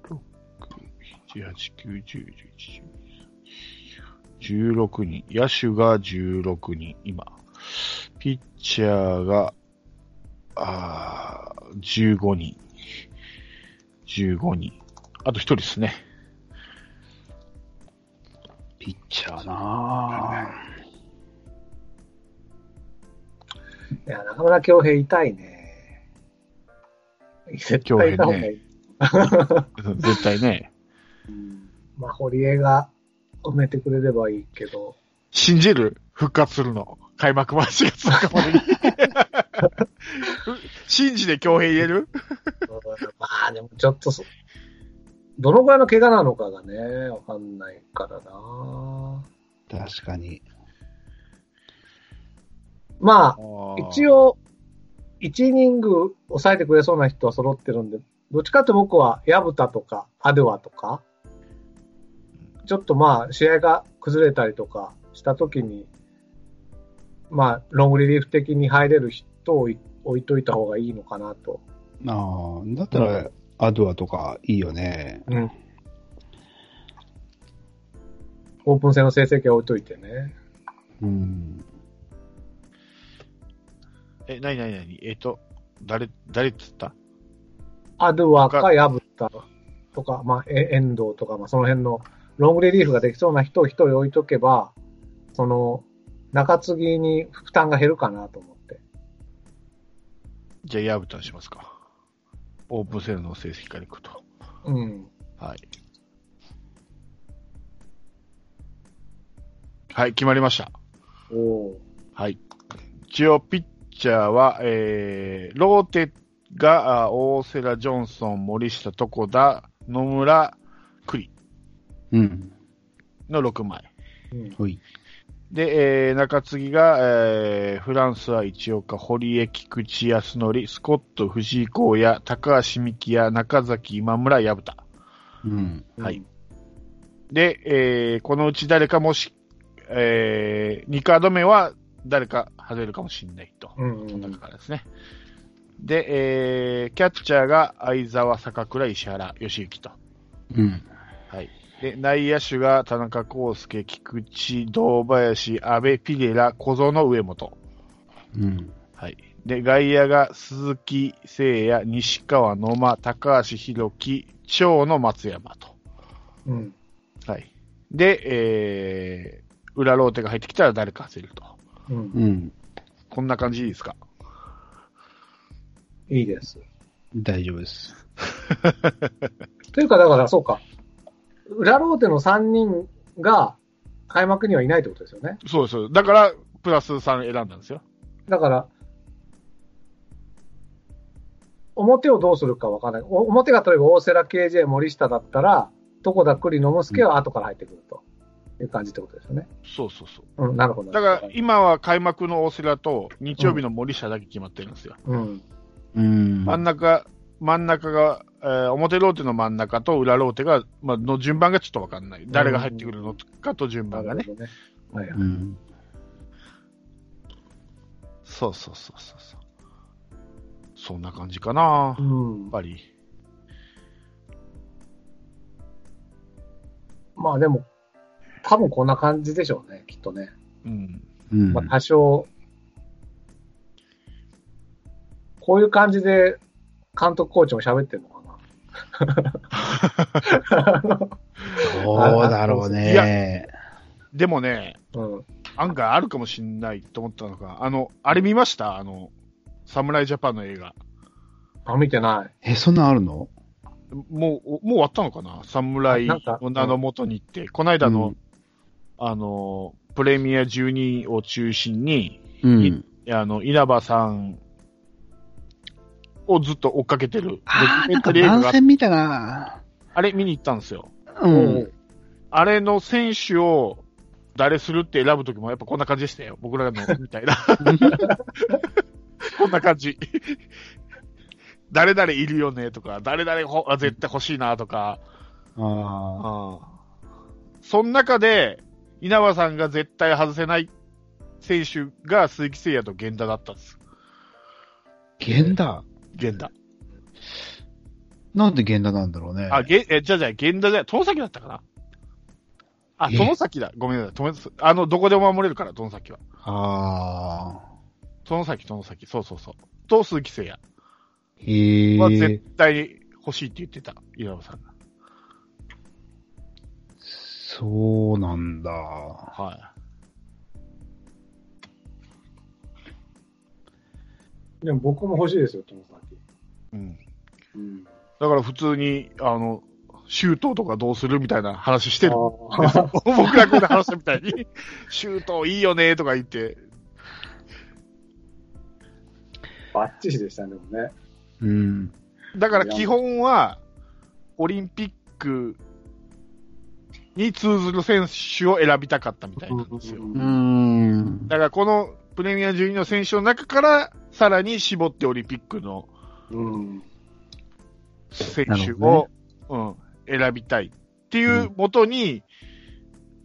Speaker 3: 六七八九十十一十二16人。野手が16人、今。ピッチャーが、あー15人。15人。あと1人ですね。
Speaker 2: う。ピッチャーなぁ
Speaker 1: いや、中村京平痛いね。絶対いた方がいい。
Speaker 3: 絶対ね。
Speaker 1: うんまあ、堀江が埋めてくれればいいけど。
Speaker 3: 信じる復活するの。開幕は4月中まで [laughs] に。信じて強兵入れる
Speaker 1: まあ、でもちょっとそ、どのぐらいの怪我なのかがね、わかんないからな。
Speaker 2: 確かに。
Speaker 1: まあ、一。応、1イニング抑えてくれそうな人は揃ってるんで、どっちかって僕は、矢蓋とか、アドゥアとか、ちょっとまあ、試合が崩れたりとかした時に、まあ、ロングリリーフ的に入れる人をい置いといた方がいいのかなと。
Speaker 2: ああ、だったらアドアとかいいよね。
Speaker 1: うん。オープン戦の成績は置いといてね。
Speaker 2: うん。
Speaker 3: え、なになになにえっ、と、誰、誰って言った
Speaker 1: アドゥアかヤブタとか、まあ、え遠藤とか、まあ、その辺のロングリリーフができそうな人を一人置いとけば、その、中継ぎに負担が減るかなと思って。
Speaker 3: じゃあ、ヤブタにしますか。オープンセルの成績からいくと。
Speaker 1: うん。
Speaker 3: はい。はい、決まりました。
Speaker 1: お
Speaker 3: はい。一応、ピッチャーは、えー、ローテが、あ大瀬良、ジョンソン、森下、床田、野村、栗
Speaker 2: うん。
Speaker 3: の6枚。
Speaker 1: うん。
Speaker 2: はい。
Speaker 3: で、えー、中継ぎが、えー、フランスは一岡、堀江、菊池、康則、スコット、藤井光也、高橋美希也、中崎、今村、薮田。
Speaker 2: うん。
Speaker 3: はい。で、えーこのうち誰かもし、えー、2カード目は誰か外れるかもしれないと。
Speaker 1: うんう。
Speaker 3: こんなんからですね。で、えーキャッチャーが相澤、坂倉、石原、吉行と。
Speaker 2: うん。
Speaker 3: はい。で、内野手が田中康介、菊池、堂林、安部、ピレラ、小園、上本。
Speaker 2: うん。
Speaker 3: はい。で、外野が鈴木、聖也、西川、野間、高橋、弘樹、長野、松山と。
Speaker 1: うん。
Speaker 3: はい。で、えー、裏ローテが入ってきたら誰か焦ると。
Speaker 1: うん。
Speaker 2: うん。
Speaker 3: こんな感じですか。
Speaker 1: いいです。
Speaker 2: 大丈夫です。
Speaker 1: というか、だから、そうか。裏ローテの3人が開幕にはいないってことですよね。
Speaker 3: そうですそうです。だから、プラス3選んだんですよ。
Speaker 1: だから、表をどうするかわからない。お表が例えば大瀬良 KJ 森下だったら、床田栗野之助は後から入ってくるという感じってことですよね。
Speaker 3: そうそうそう。
Speaker 1: うん、なるほど。
Speaker 3: だから、今は開幕の大瀬良と、日曜日の森下だけ決まってるんですよ。
Speaker 1: うん。
Speaker 2: うん。
Speaker 3: 真ん中、真ん中が、えー表ローテの真ん中と裏ローテが、まあ、の順番がちょっとわかんない。誰が入ってくるのかと順
Speaker 1: な
Speaker 3: 番が
Speaker 1: る
Speaker 3: ね。
Speaker 1: ほどね。はいはい。
Speaker 2: うん。
Speaker 3: そうそうそうそうそう。そんな感じかな
Speaker 1: う
Speaker 3: や
Speaker 1: ん
Speaker 3: っ。ぱり。
Speaker 1: まあでも、多分こんな感じでしょうね、きっとね。
Speaker 3: うん。
Speaker 2: うん
Speaker 1: まあ多少、こういう感じで監督コーチも喋ってるのかな。
Speaker 2: どうだろうね。
Speaker 3: でもね、
Speaker 1: うん。
Speaker 3: 案外あるかもしんないと思ったのが、あの、あれ見ましたあの、侍ジャパンの映画。
Speaker 1: あ、見てない。
Speaker 2: え、そんなんあるの
Speaker 3: もう、もう終わったのかな侍の名のもとに行って、この間の、
Speaker 2: うん
Speaker 3: あの、プレミア12を中心に、
Speaker 2: うん。
Speaker 3: あの、稲葉さんをずっと追っかけてる、
Speaker 2: ああ、なんか
Speaker 3: ドキュメンタリー映画が
Speaker 2: 番宣見たな。
Speaker 3: あれ見に行ったんですよ。
Speaker 2: う。
Speaker 1: うん
Speaker 3: あれの選手を誰するって選ぶときもやっぱこんな感じでしたよ。僕らの、みたいな。こんな感じ。誰々いるよねとか、誰々ほあ絶対欲しいなとか、
Speaker 2: ああ。
Speaker 3: あその中で、稲葉さんが絶対外せない選手が鈴木誠也と源田だったんです。
Speaker 2: 源田
Speaker 3: 源田。
Speaker 2: なんで源田なんだろうね。
Speaker 3: あ、げ、え、じゃあじゃあ源田じゃない、友崎だったかなあ、
Speaker 2: え
Speaker 3: 友崎だ。ごめんなさい。友崎あの、どこでも守れるから、友崎は。
Speaker 2: あ
Speaker 3: 友崎、友崎。そうそうそう。と、鈴木誠也。
Speaker 2: ー。へ
Speaker 3: は
Speaker 2: え
Speaker 3: 絶。対欲しいって言ってた、稲葉さんが。
Speaker 2: そうなんだ。
Speaker 3: は
Speaker 1: でも僕も欲しいですよ、友崎。
Speaker 3: い。うん。
Speaker 1: うん。
Speaker 3: だから普通に、あの、周東とかどうするみたいな話してる。
Speaker 1: あー
Speaker 3: [laughs] 僕らここで話したみたいに、シュートいいよねとか言って、
Speaker 1: バッチリでしたね、でもね。
Speaker 2: うん。
Speaker 3: だから基本は、オリンピックに通ずる選手を選びたかったみたいなんですよ。
Speaker 2: うーん。
Speaker 3: だからこのプレミア12の選手の中から、さらに絞ってオリンピックの
Speaker 1: うん。
Speaker 3: 選手
Speaker 2: なる
Speaker 3: を、うん、選びたいっていうもとに、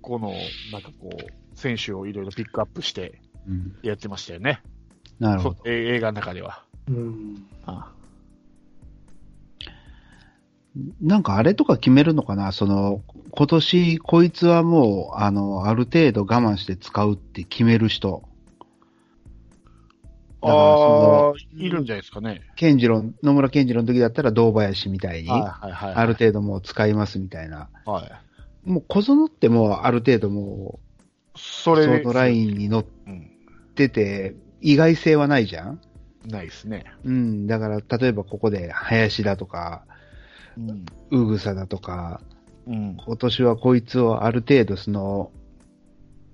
Speaker 3: この、なんかこう、選手をいろいろピックアップして
Speaker 2: うん
Speaker 3: やってましたよね。
Speaker 2: なる
Speaker 3: そ
Speaker 2: ほ
Speaker 3: う
Speaker 2: ど。
Speaker 3: え映画の中では。
Speaker 1: うん。
Speaker 3: あ
Speaker 2: なんかあれとか決めるのかなその、今年こいつはもう、あの、ある程度我慢して使うって決める人。だから
Speaker 3: ああ
Speaker 2: そ、
Speaker 3: いるんじゃないですかね。
Speaker 2: の、健次郎、野村健次郎の時だったら堂林みたいに、
Speaker 3: はいはいはい。
Speaker 2: ある程度もう使いますみたいな。
Speaker 3: はい。
Speaker 2: もう小園ってもうある程度も、
Speaker 3: そうれ
Speaker 2: そ
Speaker 3: で
Speaker 2: のラインに乗っ
Speaker 3: うん。
Speaker 2: てて、意外性はないじゃん
Speaker 3: ないですね。
Speaker 2: うん、だから例えばここで林だとか、
Speaker 3: うん。
Speaker 2: うぐさだとか、
Speaker 3: うん。
Speaker 2: 今年はこいつをある程度、その、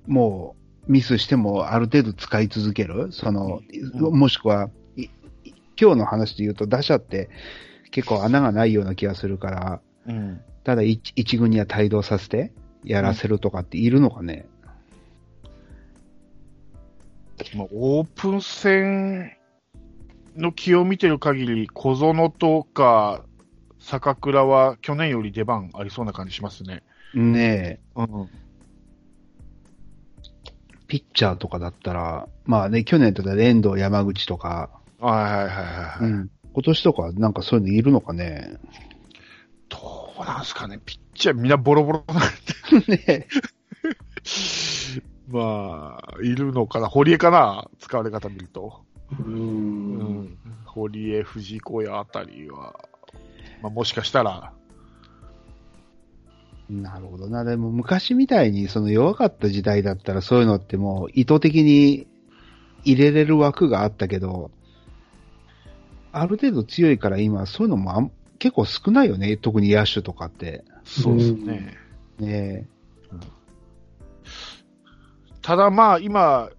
Speaker 2: もう、ミスしてもある程度使い続ける、その、
Speaker 3: うん
Speaker 2: もしくは、いい今日の話で言うと打者って結構穴がないような気がするから、
Speaker 3: うん。
Speaker 2: ただ一一軍には帯同させてやらせるとかっているのかね。
Speaker 3: まあ、オープン戦の気を見てる限り、小園とか坂倉は去年より出番ありそうな感じしますね。
Speaker 2: ね
Speaker 3: うん。
Speaker 2: え、ピッチャーとかだったら、まあね、去年とか遠藤山口とか、
Speaker 3: はいはいはいはい。
Speaker 2: う
Speaker 3: はい
Speaker 2: ん今年とかなんかそういうのいるのかね。
Speaker 3: どうなんすかね、ピッチャーみんなボロボロなんで。
Speaker 2: [laughs] ねえ
Speaker 3: まあ、いるのかな。堀江かな使われ方見ると。う
Speaker 1: うん。
Speaker 3: ん。堀江、藤子屋あたりは、まあもしかしたら、
Speaker 2: なるほどな。でも昔みたいにその弱かった時代だったらそういうのってもう意図的に入れれる枠があったけど、ある程度強いから今そういうのもあん結構少ないよね。特に野手とかって。
Speaker 3: そうですね。
Speaker 2: ね
Speaker 3: ただまあ今、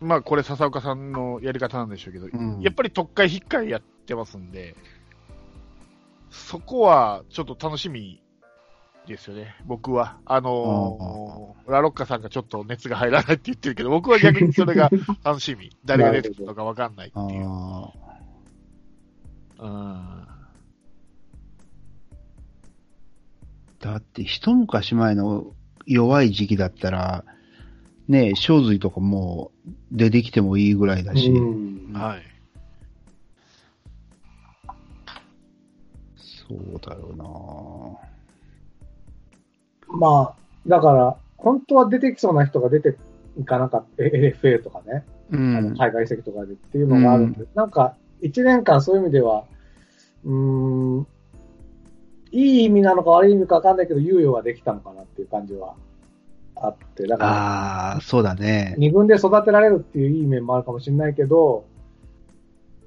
Speaker 3: まあこれ笹岡さんのやり方なんでしょうけど、
Speaker 2: え。うん
Speaker 3: やっぱり特会、引っかいやってますんで、そこはちょっと楽しみですよね、僕は。あのーラロッカさんがちょっと熱が入らないって言ってるけど、僕は逆にそれが楽しみ。誰が出てくるのかわかんないっていう。
Speaker 2: あ
Speaker 3: うん
Speaker 2: ーだって一昔前の弱い時期だったら、ねえ、小髄とかもう出てきてもいいぐらいだし、
Speaker 1: うん
Speaker 3: はい。
Speaker 2: そうだろ
Speaker 1: まあ、だから、本当は出てきそうな人が出ていかなかった、LFA とかね、あ
Speaker 2: うな
Speaker 1: の海外移籍とかでっていうのがあるんで、なんか、一年間そういう意味では、うーん、いい意味なのか悪い意味かわかんないけど、猶予ができたのかなっていう感じはあって、だから、
Speaker 2: ああ、そうだね。
Speaker 1: 二軍で育てられるっていういい面もあるかもしれないけど、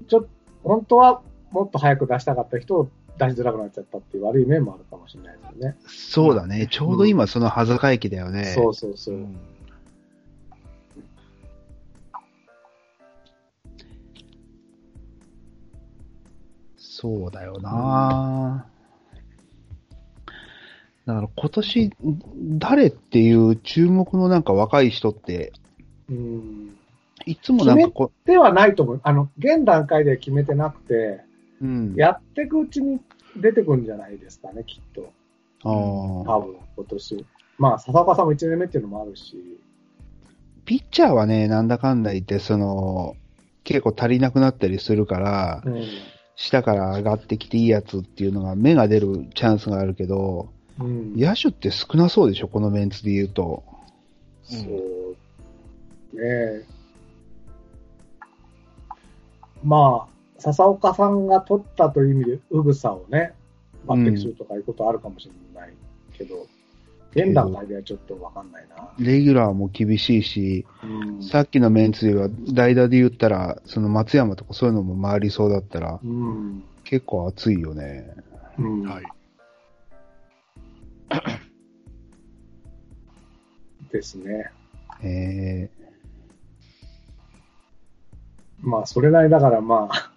Speaker 1: ちょっと、本当はもっと早く出したかった人を出しづらくなっちゃったっていう悪い面もあるかもしれないですよね。
Speaker 2: そうだね。ちょうど今その羽坂駅だよね。
Speaker 1: そうそうそうう。
Speaker 3: ん
Speaker 2: そうだよな、だから今年、誰っていう注目のなんか若い人って、
Speaker 1: うん。
Speaker 2: いつもなんかこ
Speaker 1: ではないと思う。あの、現段階では決めてなくて、
Speaker 2: う、うん。
Speaker 1: やっていくうちに出てくるんじゃないですかね、きっと。
Speaker 2: あー
Speaker 1: 多分、今年。まあ、笹岡さんも1年目っていうのもあるし。
Speaker 2: ピッチャーはね、なんだかんだ言って、その、結構足りなくなったりするから、
Speaker 1: うん。
Speaker 2: 下から上がってきていいやつっていうのが芽が出るチャンスがあるけど、
Speaker 1: うん、
Speaker 2: 野手って少なそうでしょ、このメンツで言うと。
Speaker 1: そう。ねえ。まあ、笹岡さんが取ったという意味で、うぐさをね、抜擢するとかいうことあるかもしれないけど、現段階ではちょっとわかんないな。
Speaker 2: レギュラーも厳しいし、
Speaker 1: うん。
Speaker 2: さっきのメンツでは代打で言ったら、その松山とかそういうのも回りそうだったら、
Speaker 1: うん。
Speaker 2: 結構熱いよね。
Speaker 1: うん。
Speaker 3: はい。
Speaker 1: ですね。
Speaker 2: え
Speaker 1: まあ、それなりだから、まあ、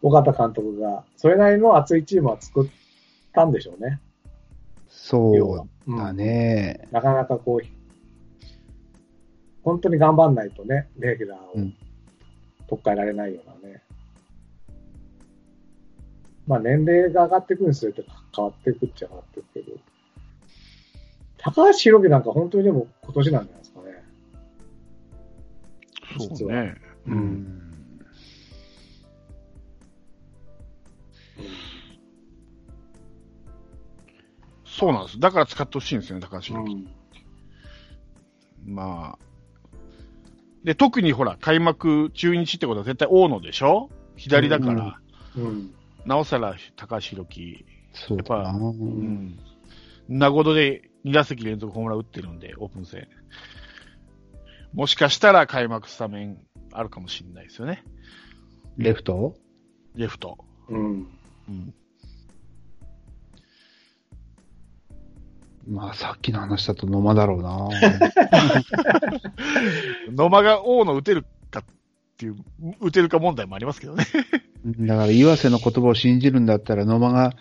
Speaker 1: 尾形監督が、それなりの熱いチームは作ったんでしょうね。
Speaker 2: ー、
Speaker 1: 要は
Speaker 2: そう
Speaker 1: うん
Speaker 2: だね。
Speaker 1: なかなかこう、本当に頑張んないとね、レギュラー
Speaker 2: う
Speaker 1: を
Speaker 2: ん
Speaker 1: 取っ換えられないようなね。まあ年齢が上がってくるにつれて変わってくっちゃ変わってくけど、高橋宏樹なんか本当にでも今年なんじゃないですかね。
Speaker 3: そ
Speaker 1: 実
Speaker 3: う
Speaker 1: は
Speaker 3: ね。
Speaker 1: うん
Speaker 2: うん
Speaker 3: そうなんです。だから使ってほしいんですよね、高橋
Speaker 1: う
Speaker 3: 宏樹。
Speaker 1: ん。
Speaker 3: まあ。で、特にほら、開幕中日ってことは絶対大野でしょ左だから。
Speaker 2: うん
Speaker 1: うん。
Speaker 3: なおさら高橋宏樹、
Speaker 2: そうだな。
Speaker 3: う名古屋で2打席連続ホームラン打ってるんで、オープン戦。もしかしたら開幕スタメンあるかもしれないですよね、
Speaker 2: レフト
Speaker 3: レフト。
Speaker 1: うん。
Speaker 3: うん、
Speaker 2: [laughs] まあさっきの話だと野間だろうな。
Speaker 3: 野間が大野打てるかっていう、打てるか問題もありますけどね。
Speaker 2: だから、岩瀬の言葉を信じるんだったら、野間が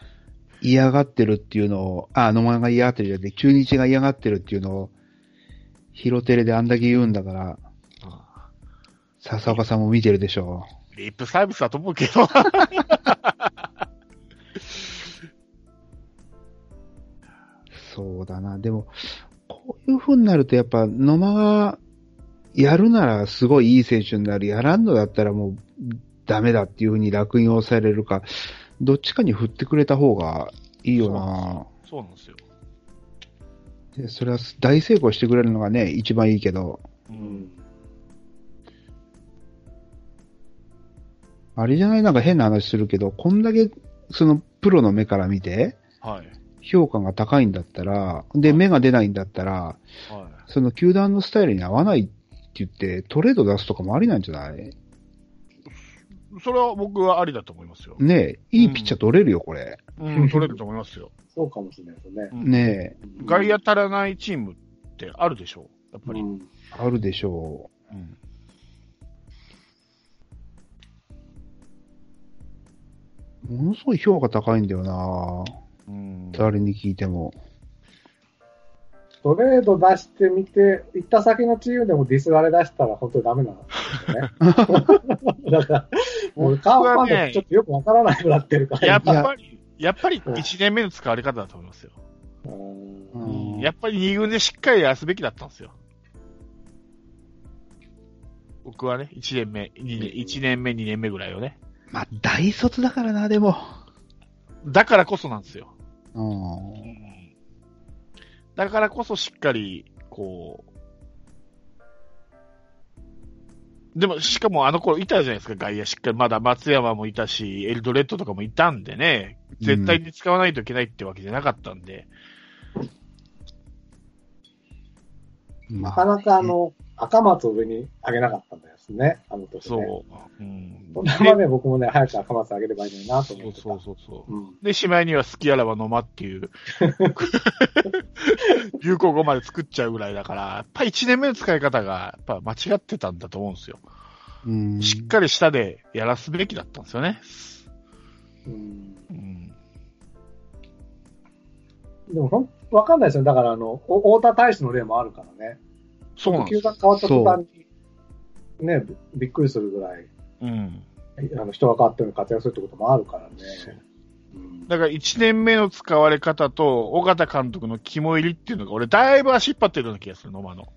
Speaker 2: 嫌がってるっていうのを、あ、野間が嫌がってるじゃなくて、中日が嫌がってるっていうのを、広テレであんだけ言うんだから、笹岡さんも見てるでしょ
Speaker 3: リップサービスだと思うけど。
Speaker 2: う。そうだな。でも、こういう風になると、やっぱ、野間が、やるならすごいいい選手になる。やらんのだったらもう、ダメだっていう風に楽に抑えれるか、どっちかに振ってくれた方がいいよな。
Speaker 3: [laughs] そうなんですよ。
Speaker 2: でそれは大成功してくれるのがね、一番いいけど、
Speaker 1: うん。
Speaker 2: あれじゃないなんか変な話するけど、こんだけ、その、プロの目から見て、
Speaker 3: はい。
Speaker 2: 評価が高いんだったら、で、目が出ないんだったら、
Speaker 3: は
Speaker 2: その球団のスタイルに合わないって言って、トレード出すとかもありなんじゃない
Speaker 3: い。それは僕はありだと思いますよ。
Speaker 2: ねえ、いいピッチャー取れるよ、これ。
Speaker 3: うん、取れると思いますよ。
Speaker 1: そうかもしれないですね。
Speaker 3: うん
Speaker 2: ねえ、
Speaker 3: 外野足らないチームってあるでしょうやっぱり。
Speaker 1: うん
Speaker 2: あるでしょ
Speaker 3: うん
Speaker 2: う。ものすごい評価高いんだよな
Speaker 3: うん
Speaker 2: 誰に聞いても。
Speaker 1: トレード出してみて、行った先のチームでもディスられ出したら本当にダメ [laughs] なんですよね。だから、もうカーファンがちょっとよくわからなくなってるから。
Speaker 3: やっぱり、やっぱり1年目の使われ方だと思いますよ。
Speaker 1: うん
Speaker 2: うん
Speaker 3: やっぱり2軍でしっかりやらすべきだったんですよ。僕はね、1年目、2年、1年目、2年目ぐらいをね。
Speaker 2: まあ、大卒だからな、でも。
Speaker 3: だからこそなんですよ。
Speaker 2: うん。
Speaker 3: だからこそしっかり、こう、でも、しかもあの頃いたじゃないですか、外野しっかり。まだ松山もいたし、エルドレッドとかもいたんでね、絶対に使わないといけないってわけじゃなかったんで。
Speaker 1: な
Speaker 2: まあ
Speaker 1: かなかあの、赤松を上に上げなかったんですね、あの年ね。
Speaker 3: そう。うん。
Speaker 1: こんなまで僕もね、早く赤松上げればいいのになと
Speaker 3: そ
Speaker 1: 思っ
Speaker 3: う
Speaker 1: てた。
Speaker 3: そうそうそう。
Speaker 1: うん。
Speaker 3: で、しまいには好きあらば飲まっていう、流行語まで作っちゃうぐらいだから、やっぱ1年目の使い方が、やっぱ間違ってたんだと思うんですよ。
Speaker 2: うん。
Speaker 3: しっかり下でやらすべきだったんですよね。
Speaker 1: うん
Speaker 3: うん。
Speaker 1: でもほん、わかんないですよ。だからあの、お太田大使の例もあるからね。
Speaker 3: そうなん
Speaker 1: 呼
Speaker 3: で
Speaker 1: 吸
Speaker 3: すよ。
Speaker 1: が変わった途端に、ね、びびっくりするぐらい、
Speaker 3: うん。
Speaker 1: あの人が変わってるのに活躍するってこともあるからね。
Speaker 3: そう
Speaker 1: うん
Speaker 3: だから1年目の使われ方と、尾形監督の肝入りっていうのが、俺だいぶ足引っ張ってるような気がする、野間の。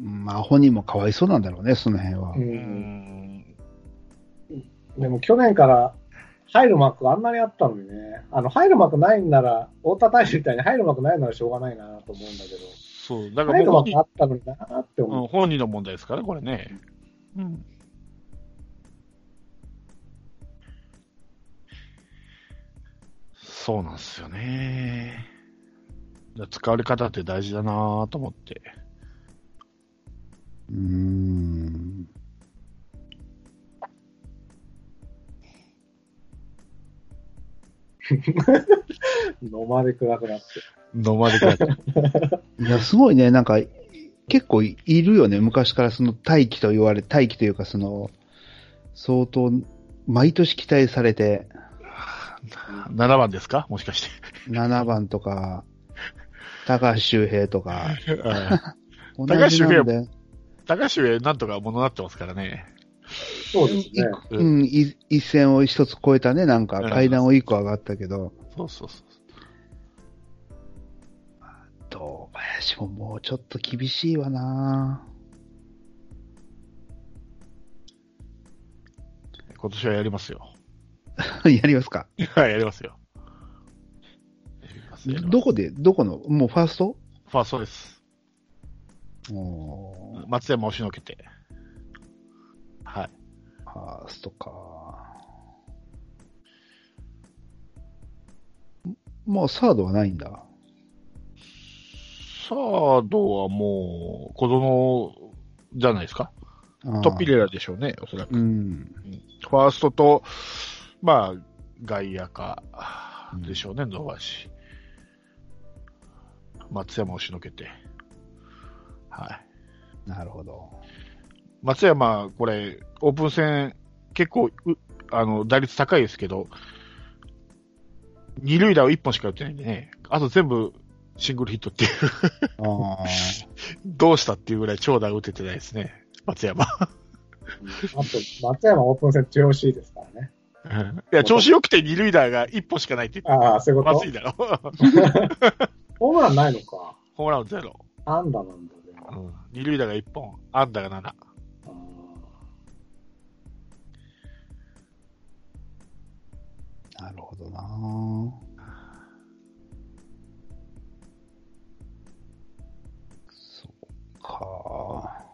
Speaker 2: まあ、本人もかわいそうなんだろうね、その辺は
Speaker 1: う。
Speaker 3: うんん。
Speaker 1: でも去年から入る幕があんなにあったのにね、あの入る幕ないんなら、太田大使みたいに入る幕ないならしょうがないなと思うんだけど、
Speaker 3: そう。だから
Speaker 1: 入る
Speaker 3: 僕
Speaker 1: 幕
Speaker 3: に、
Speaker 1: あったのになって
Speaker 3: う
Speaker 1: 思
Speaker 3: ん、本人の問題ですから、これね。うん。そうなんですよね。だから使われ方って大事だなぁと思って。
Speaker 2: うーん。
Speaker 1: う。飲まれ暗くなって。
Speaker 3: 飲まれた。
Speaker 2: いや、すごいね、なんか、結構いるよね、昔からその大気と言われ、大気というかその、相当、毎年期待されて、
Speaker 3: 7番ですかもしかして。
Speaker 2: 7番とか、高橋周平とか、
Speaker 3: [laughs]
Speaker 2: 同
Speaker 3: 高橋
Speaker 2: じ
Speaker 3: 周
Speaker 2: な
Speaker 3: 平
Speaker 2: んで、
Speaker 3: 高橋へなんとか物なってますからね。
Speaker 1: そうですね。
Speaker 2: うん、い一線を一つ超えたね、なんか
Speaker 3: うん
Speaker 2: 階段を一個上がったけど、
Speaker 3: そうそうそう。
Speaker 2: 堂林ももうちょっと厳しいわな [laughs]
Speaker 3: 今年はやりますよ。
Speaker 2: ぁやりますか。
Speaker 3: はい、やりますよ。やりますやります
Speaker 2: どこで、どこの、もうファースト
Speaker 3: ファーストです。
Speaker 2: おー
Speaker 3: 松山を押しのけて。はい。
Speaker 2: ファーストか。んもうサードはないんだ。
Speaker 3: サードはもう、子供じゃないですか。
Speaker 2: あー
Speaker 3: トッピレラでしょうね、おそらく。
Speaker 2: うん。
Speaker 3: ファーストと、まあ、外野か、でしょうね、堂林。松山を押しのけて。はい。
Speaker 2: なるほど。
Speaker 3: 松山、これ、オープン戦、結構うあの打率高いですけど、二塁打を1本しか打ってないんでね、あと全部シングルヒットっていう、 [laughs]
Speaker 2: ああ。
Speaker 3: どうしたっていうぐらい長打打ててないですね、松山。
Speaker 1: あと、松山オープン戦調子いいですからね。
Speaker 3: いや、調子良くて二塁打が1本しかないって言って
Speaker 1: ああ、そういうこ
Speaker 3: ま
Speaker 1: と
Speaker 3: ずいだろ。 [laughs]
Speaker 1: ホームランないのか。
Speaker 3: ホームランゼロ。
Speaker 1: 安打なんだ、でも。
Speaker 3: うん二塁打が1本、安打が7。
Speaker 1: あ
Speaker 2: なるほどなそっか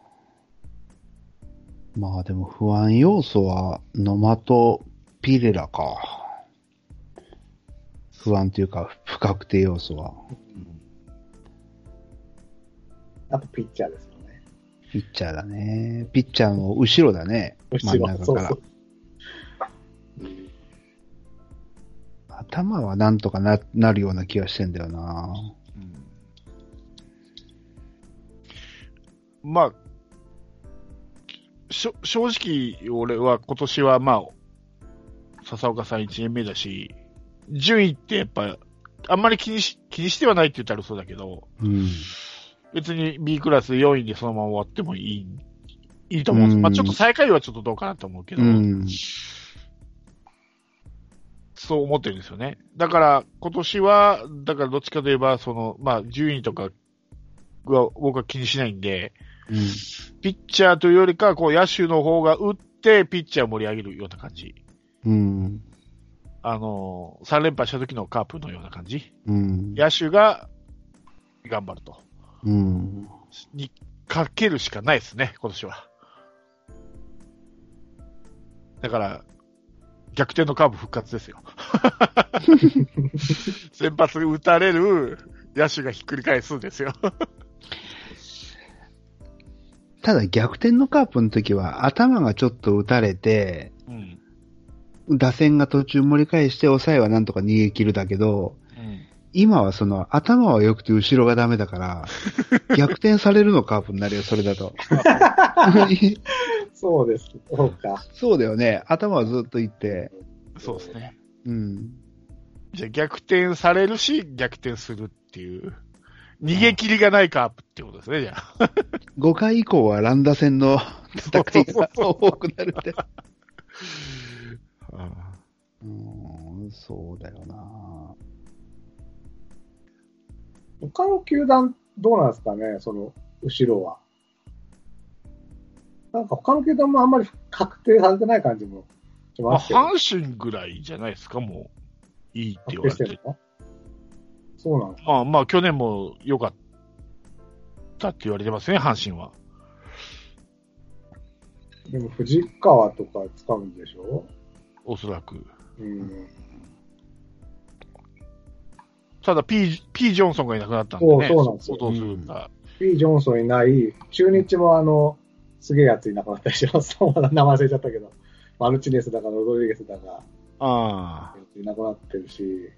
Speaker 2: まあでも不安要素は野間とピレラか。不安というか不確定要素は
Speaker 1: ーあと、ピッチャーですよね。
Speaker 2: ピッチャーだね。ピッチャーの後ろだね。真
Speaker 1: 後
Speaker 2: ん
Speaker 1: ろ
Speaker 2: 中
Speaker 1: そ
Speaker 2: か
Speaker 1: う
Speaker 2: ら
Speaker 1: そ。う。
Speaker 2: 頭はなんとかななるような気がしてんだよな
Speaker 3: まあ、しょ正直、俺は今年はまあ、笹岡さん1年目だし、順位ってやっぱ、あんまり気にし、気にしてはないって言ったらそうだけど、
Speaker 2: うん。
Speaker 3: 別に B クラス4位でそのまま終わってもいい、いいと思うんです。まあちょっと最下位はちょっとどうかなと思うけど、
Speaker 2: うん。
Speaker 3: そう思ってるんですよね。だから、今年は、だからどっちかといえば、その、まあ、順位とかは僕は気にしないんで、
Speaker 2: うん
Speaker 3: ピッチャーというよりかは、こう、野手の方が打って、ピッチャーを盛り上げるような感じ。
Speaker 2: うん。
Speaker 3: あのー、3連覇した時のカープのような感じ。
Speaker 2: うん。
Speaker 3: 野手が頑張ると。
Speaker 2: うん。
Speaker 3: にかけるしかないですね、今年は。だから、逆転のカーブ復活ですよ。 [laughs] 先発打たれる野手がひっくり返すんですよ。
Speaker 2: ただ逆転のカープの時は頭がちょっと打たれて、
Speaker 3: うん。
Speaker 2: 打線が途中盛り返して抑えはなんとか逃げ切るだけど、今はその頭は良くて後ろがダメ
Speaker 1: [laughs]
Speaker 2: だから、逆転されるのカープになるよ、それだと。 [laughs]
Speaker 1: そうです。そうか。
Speaker 2: そうだよね。頭はずっといって。
Speaker 3: そうですね。
Speaker 2: うん。
Speaker 3: じゃあ逆転されるし、逆転するっていう。逃げ切りがないカープってことですね、じゃあ。
Speaker 2: 5回以降はランダ戦の戦いが
Speaker 3: [laughs]
Speaker 2: 多くなるって。うん、そうだよな
Speaker 1: 他の球団、どうなんですかね、その、後ろは。なんか他の球団もあんまり確定されてない感じもし
Speaker 3: まあ、
Speaker 1: ますけど。
Speaker 3: 阪神ぐらいじゃないですか、もう。いいって言
Speaker 1: 確定
Speaker 3: われ
Speaker 1: しててるのそうなの
Speaker 3: まあまあ、去年も良かったって言われてますね、阪神は。
Speaker 1: でも藤川とか使うんでしょ
Speaker 3: おそらく。
Speaker 1: うん。
Speaker 3: ただ、P、P ジョンソンがいなくなったんでね。
Speaker 1: そうそうなんですよ
Speaker 3: どうするんだ。
Speaker 1: P ・ジョンソンいない、中日もあの、すげえやついなくなったり [laughs] します。まだ名前忘れちゃったけど。マルチネスだかロドリゲスだか、
Speaker 3: ああ。
Speaker 1: いなくなってるし、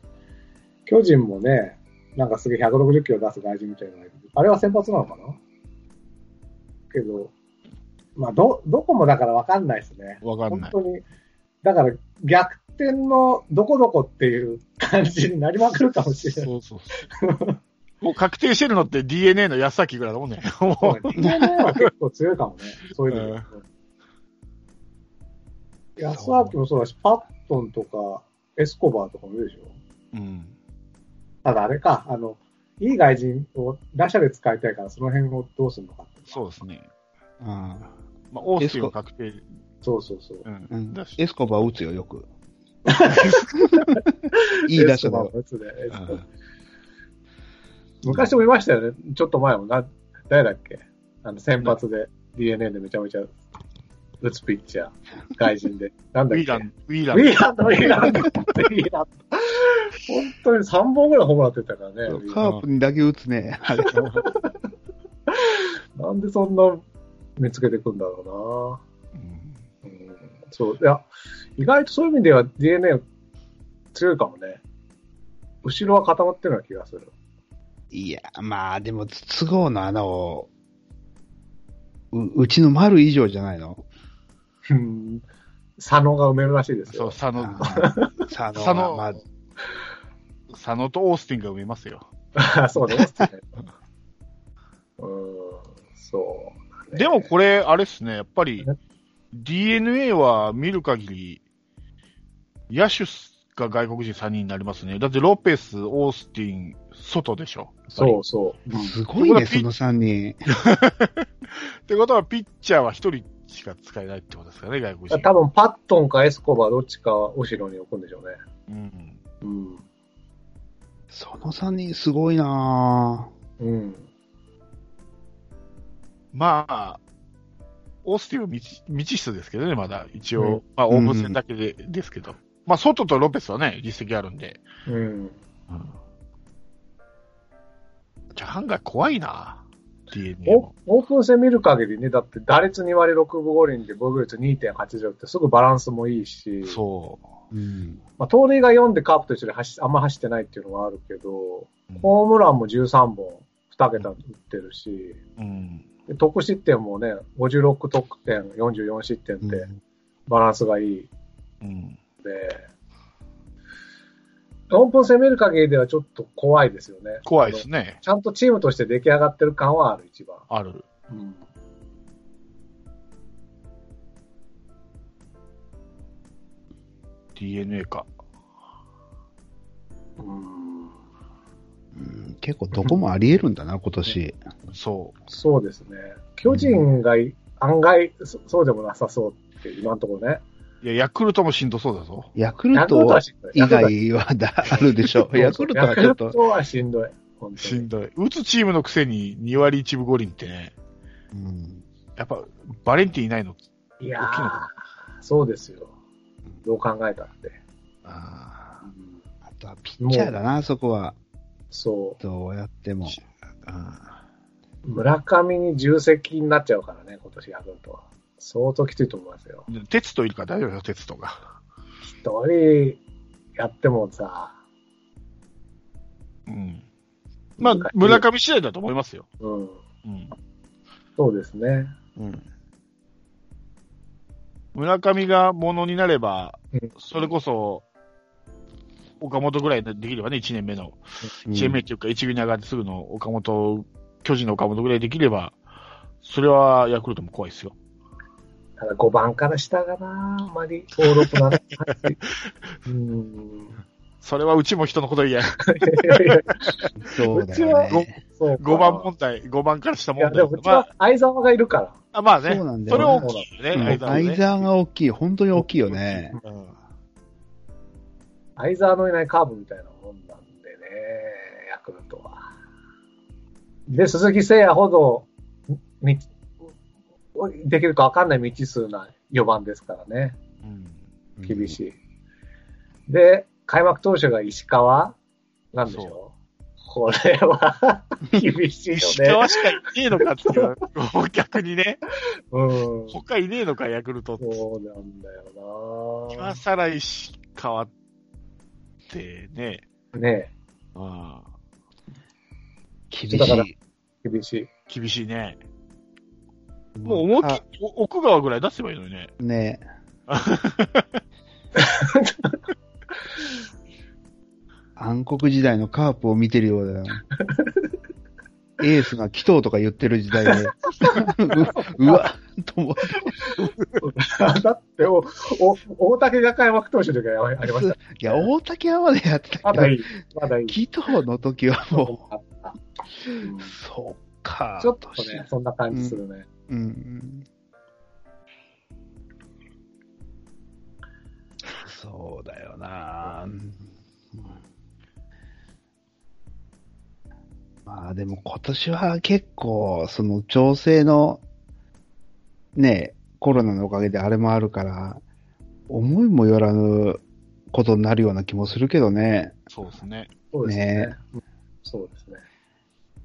Speaker 1: 巨人もね、なんかすげえ160キロ出す外人みたいなのがいる。あれは先発なのかなけど、まあ、ど、どこもだからわかんないですね。
Speaker 3: わかん
Speaker 1: 本
Speaker 3: ない。
Speaker 1: 当に、だから逆転のどこどこっていう [laughs] 感じになりまくるかもしれない。
Speaker 3: そうそう
Speaker 1: [laughs]
Speaker 3: そう。もう確定してるのって DNA の安崎ぐらいだもんね。も
Speaker 1: そうね DNA は結構強いかもね、そういうので言うと。安脇もそうだし、パットンとか、エスコバーとかもいるでしょ。
Speaker 3: [laughs] う。うん。
Speaker 1: ただあれか、あの、いい外人を打者で使いたいから、その辺をどうするのかって。
Speaker 3: そうですね。
Speaker 2: あ
Speaker 3: まあ、オースティンは確定。
Speaker 1: そうそうそう。
Speaker 3: うん
Speaker 2: うん
Speaker 3: だし
Speaker 2: エスコバー打つよ、よく。いい打者だよ。
Speaker 1: エスコバー打つねエスコバー
Speaker 3: うん
Speaker 1: 昔もいましたよね、ちょっと前も。な誰だっけあの、先発で DNA でめちゃめちゃ打つピッチャー、外人で。なん
Speaker 3: ウ
Speaker 1: だっ
Speaker 3: ィ
Speaker 1: け
Speaker 3: ーラン、ウィーラ
Speaker 1: ウィ
Speaker 3: ン。
Speaker 1: ーランド、ウィーランド、ウィーランド。本当に3本ぐらいホームラン打ってたからね。
Speaker 2: カープにだけ打つね。あれ
Speaker 1: なんでそんな見つけてくんだろ
Speaker 3: うん
Speaker 1: うな。うん、そう。いや、意外とそういう意味では DNA 強いかもね。後ろは固まってるような気がする。
Speaker 2: いや、まあでも、筒香の穴をううちの丸以上じゃないの
Speaker 1: うん佐野が埋めるらしいです
Speaker 3: そう、
Speaker 1: よ。
Speaker 3: 佐野、
Speaker 2: あー佐野
Speaker 3: 佐野
Speaker 2: は、まあ、
Speaker 3: 佐野とオースティンが埋めますよ。
Speaker 1: そうそう [laughs] ね。うん、そう、
Speaker 3: でも、これ、あれっすね、やっぱり
Speaker 1: え、
Speaker 3: DNA は見る限り、野手が外国人3人になりますね。だって、ロペス、オースティン、外でしょ。
Speaker 1: そうそう。
Speaker 2: すごいね、
Speaker 3: これはピ
Speaker 2: その3人。
Speaker 3: ってことは、ピッチャーは1人しか使えないってことですかね、外国人。
Speaker 1: 多分パットンかエスコバーどっちか後ろに置くんでしょうね。
Speaker 3: うん。
Speaker 1: うん。
Speaker 2: その3人すごいなぁ
Speaker 1: うん。
Speaker 3: まあ、オースティンは未知未知数ですけどね、まだ。一
Speaker 1: う
Speaker 3: 応、まあ、オープン戦だけで、ですけど。まあ、外とロペスはね、実績あるんで。
Speaker 1: うん。
Speaker 3: じゃあ、案外怖いな、DNA
Speaker 1: オ
Speaker 3: も。
Speaker 1: オープン戦見る限りね、だって打率2割6分5厘で防御率2.80ってすぐバランスもいいし、
Speaker 3: そ
Speaker 2: うん。
Speaker 1: まあ、盗塁が4でカープと一緒で走あんま走ってないっていうのはあるけど、ホームランも13本、2桁打ってるし、
Speaker 3: う。うん。
Speaker 1: で得失点もね、56得点、44失点ってバランスがいい
Speaker 3: うん。
Speaker 1: ので、オープン攻める限りではちょっと怖いですよね。
Speaker 3: 怖いで
Speaker 1: あ
Speaker 3: す
Speaker 1: の
Speaker 3: ね。
Speaker 1: ちゃんとチームとして出来上がってる感はある、一番。
Speaker 3: ある。
Speaker 1: うん。
Speaker 3: DNA か。
Speaker 1: うん、
Speaker 2: うん結構どこもあり得るんだな、今年。
Speaker 3: そう。
Speaker 1: そうですね。巨人がい案外そそうでもなさそうって、今のところね。
Speaker 3: いや、ヤクルトもしんどそうだぞ。
Speaker 2: ヤクル
Speaker 1: ヤクルト
Speaker 2: ト
Speaker 1: はしんどい
Speaker 2: 以外はだあるで
Speaker 1: [laughs]
Speaker 2: しょう。ヤクルトはちょっ
Speaker 1: ヤクル
Speaker 2: と。
Speaker 1: トはしんどい。本当
Speaker 3: し
Speaker 1: に
Speaker 3: んどい。打つチームのくせに2割1分5厘ってね、
Speaker 2: うん
Speaker 3: やっぱ、バレンティンいないの。
Speaker 1: いや
Speaker 3: 大きいの
Speaker 1: ー
Speaker 3: か、
Speaker 1: そうですよ。どう考えたって。
Speaker 3: あ
Speaker 2: あとはピッチャーだな、そこは。
Speaker 1: そ
Speaker 2: どうやっても。
Speaker 3: あ。
Speaker 1: う。村上に重責になっちゃうからね、今年ヤクルトは。相当きついと思いますよ。
Speaker 3: で鉄といるから大丈夫だよ、鉄とが。
Speaker 1: 一人やってもさ、
Speaker 3: うん。まあ、村上次第だと思いますよ。
Speaker 1: うん。
Speaker 3: うん。
Speaker 1: そうですね。
Speaker 3: 村上がものになれば
Speaker 1: うん、
Speaker 3: それこそ、岡本ぐらいでできればね、1年目の。1年目っていうか、1軍に上がってすぐの岡本、巨人の岡本ぐらいできれば、それはヤクルトも怖いですよ。
Speaker 1: ただ5番から下がな、あんまり登録ならない。
Speaker 2: [laughs]
Speaker 1: うん。
Speaker 3: それはうちも人のこと言え。
Speaker 2: そうだよ
Speaker 1: う
Speaker 2: ね。
Speaker 1: そうか
Speaker 3: 5番問題、5番からした
Speaker 1: い
Speaker 3: 問
Speaker 1: や、
Speaker 3: 題。
Speaker 1: でもうち
Speaker 3: まあ
Speaker 1: は相沢がいるから。
Speaker 3: あ、まあね。
Speaker 2: そうなんだ
Speaker 3: そ
Speaker 2: よ
Speaker 3: れ
Speaker 2: ねう
Speaker 3: は大きいよね、
Speaker 2: ん
Speaker 3: 相沢
Speaker 2: 相
Speaker 3: ね
Speaker 2: 沢が大きい。本当に大きいよね。
Speaker 3: うん
Speaker 1: 相沢のいないカーブみたいなもんなんでね、ヤクルトは。で、鈴木誠也ほど、みできるか分かんない未知数な4番ですからね、厳しい。で、開幕投手が石川なんでしょうこれは [laughs] 厳しいよね。
Speaker 3: 石川しかいねえのかっていう、 [laughs] 逆にね、
Speaker 1: うん。そ
Speaker 3: 他いねえのか、ヤクルトって。
Speaker 1: うなんだよな
Speaker 3: 今更石川ってね、
Speaker 1: ね
Speaker 3: うん
Speaker 2: 厳
Speaker 1: だから
Speaker 2: しい。
Speaker 1: え厳しい。 [laughs]
Speaker 3: 厳しいね。もう思いっきりお奥川ぐらい出せばいいのにね。
Speaker 1: [laughs]
Speaker 2: り。ね暗黒時代のカープを見てるようだよ。エースが祈祷とか言ってる
Speaker 1: [laughs]
Speaker 2: 時代で。ううわと思って。
Speaker 1: だってお、お、大竹が開幕投手の時はありましたね。
Speaker 2: いや、大竹はまでやって
Speaker 1: ま
Speaker 2: たけど
Speaker 1: だ
Speaker 3: [laughs]
Speaker 1: い、い。まだいい。
Speaker 2: 祈祷の時はも
Speaker 1: あったうん
Speaker 2: う、そうか。
Speaker 1: ちょっとね、そんな感じするね。
Speaker 2: うんうん。そうだよな。まあでも今年は結構、その調整の、ねえ、コロナのおかげであれもあるから、思いもよらぬことになるような気もするけどね。
Speaker 3: そうですね。
Speaker 1: そうですね
Speaker 2: ね。
Speaker 1: うんそうですね。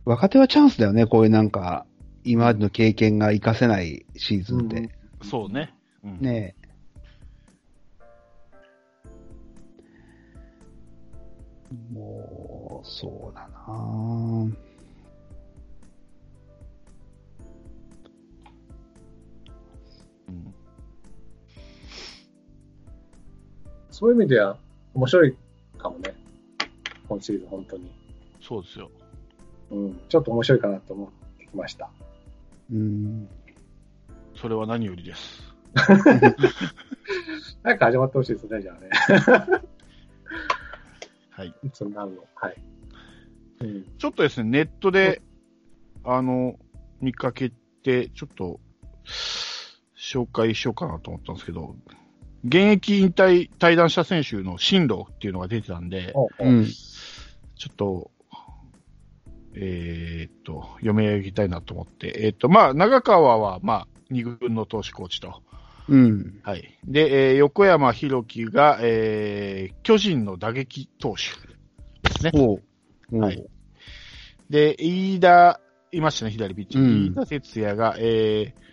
Speaker 2: 若手はチャンスだよね、こういうなんか、今までの経験が活かせないシーズンって。
Speaker 3: そうね。うん
Speaker 2: ねえ。もう、そうだなぁ
Speaker 1: そういう意味では面白いかもね。今シーズン、本当に。
Speaker 3: そうですよ。
Speaker 1: うん。ちょっと面白いかなと思ってきました。
Speaker 2: うん。
Speaker 3: それは何よりです。
Speaker 1: 早く始まってほしいですね、じゃあね。 [laughs]
Speaker 3: はい。
Speaker 1: いつになるの。はい。うん。
Speaker 3: ちょっとですね、ネットで、あの、見かけて、ちょっと、紹介しようかなと思ったんですけど、現役引退、退団した選手の進路っていうのが出てたんで、
Speaker 1: おうおう
Speaker 2: うん。
Speaker 3: ちょっと、えーっと、読み上げたいなと思って、えーっと、まあ、長川は、まあ、二軍の投手コーチと、
Speaker 2: うん。
Speaker 3: はい。で、えー横山博樹が、えー巨人の打撃投手ですね。
Speaker 2: ほう。
Speaker 3: は
Speaker 2: はいい。
Speaker 3: で、飯田、いましたね、左ピッチャー。
Speaker 2: うん
Speaker 3: 飯田哲也が、えー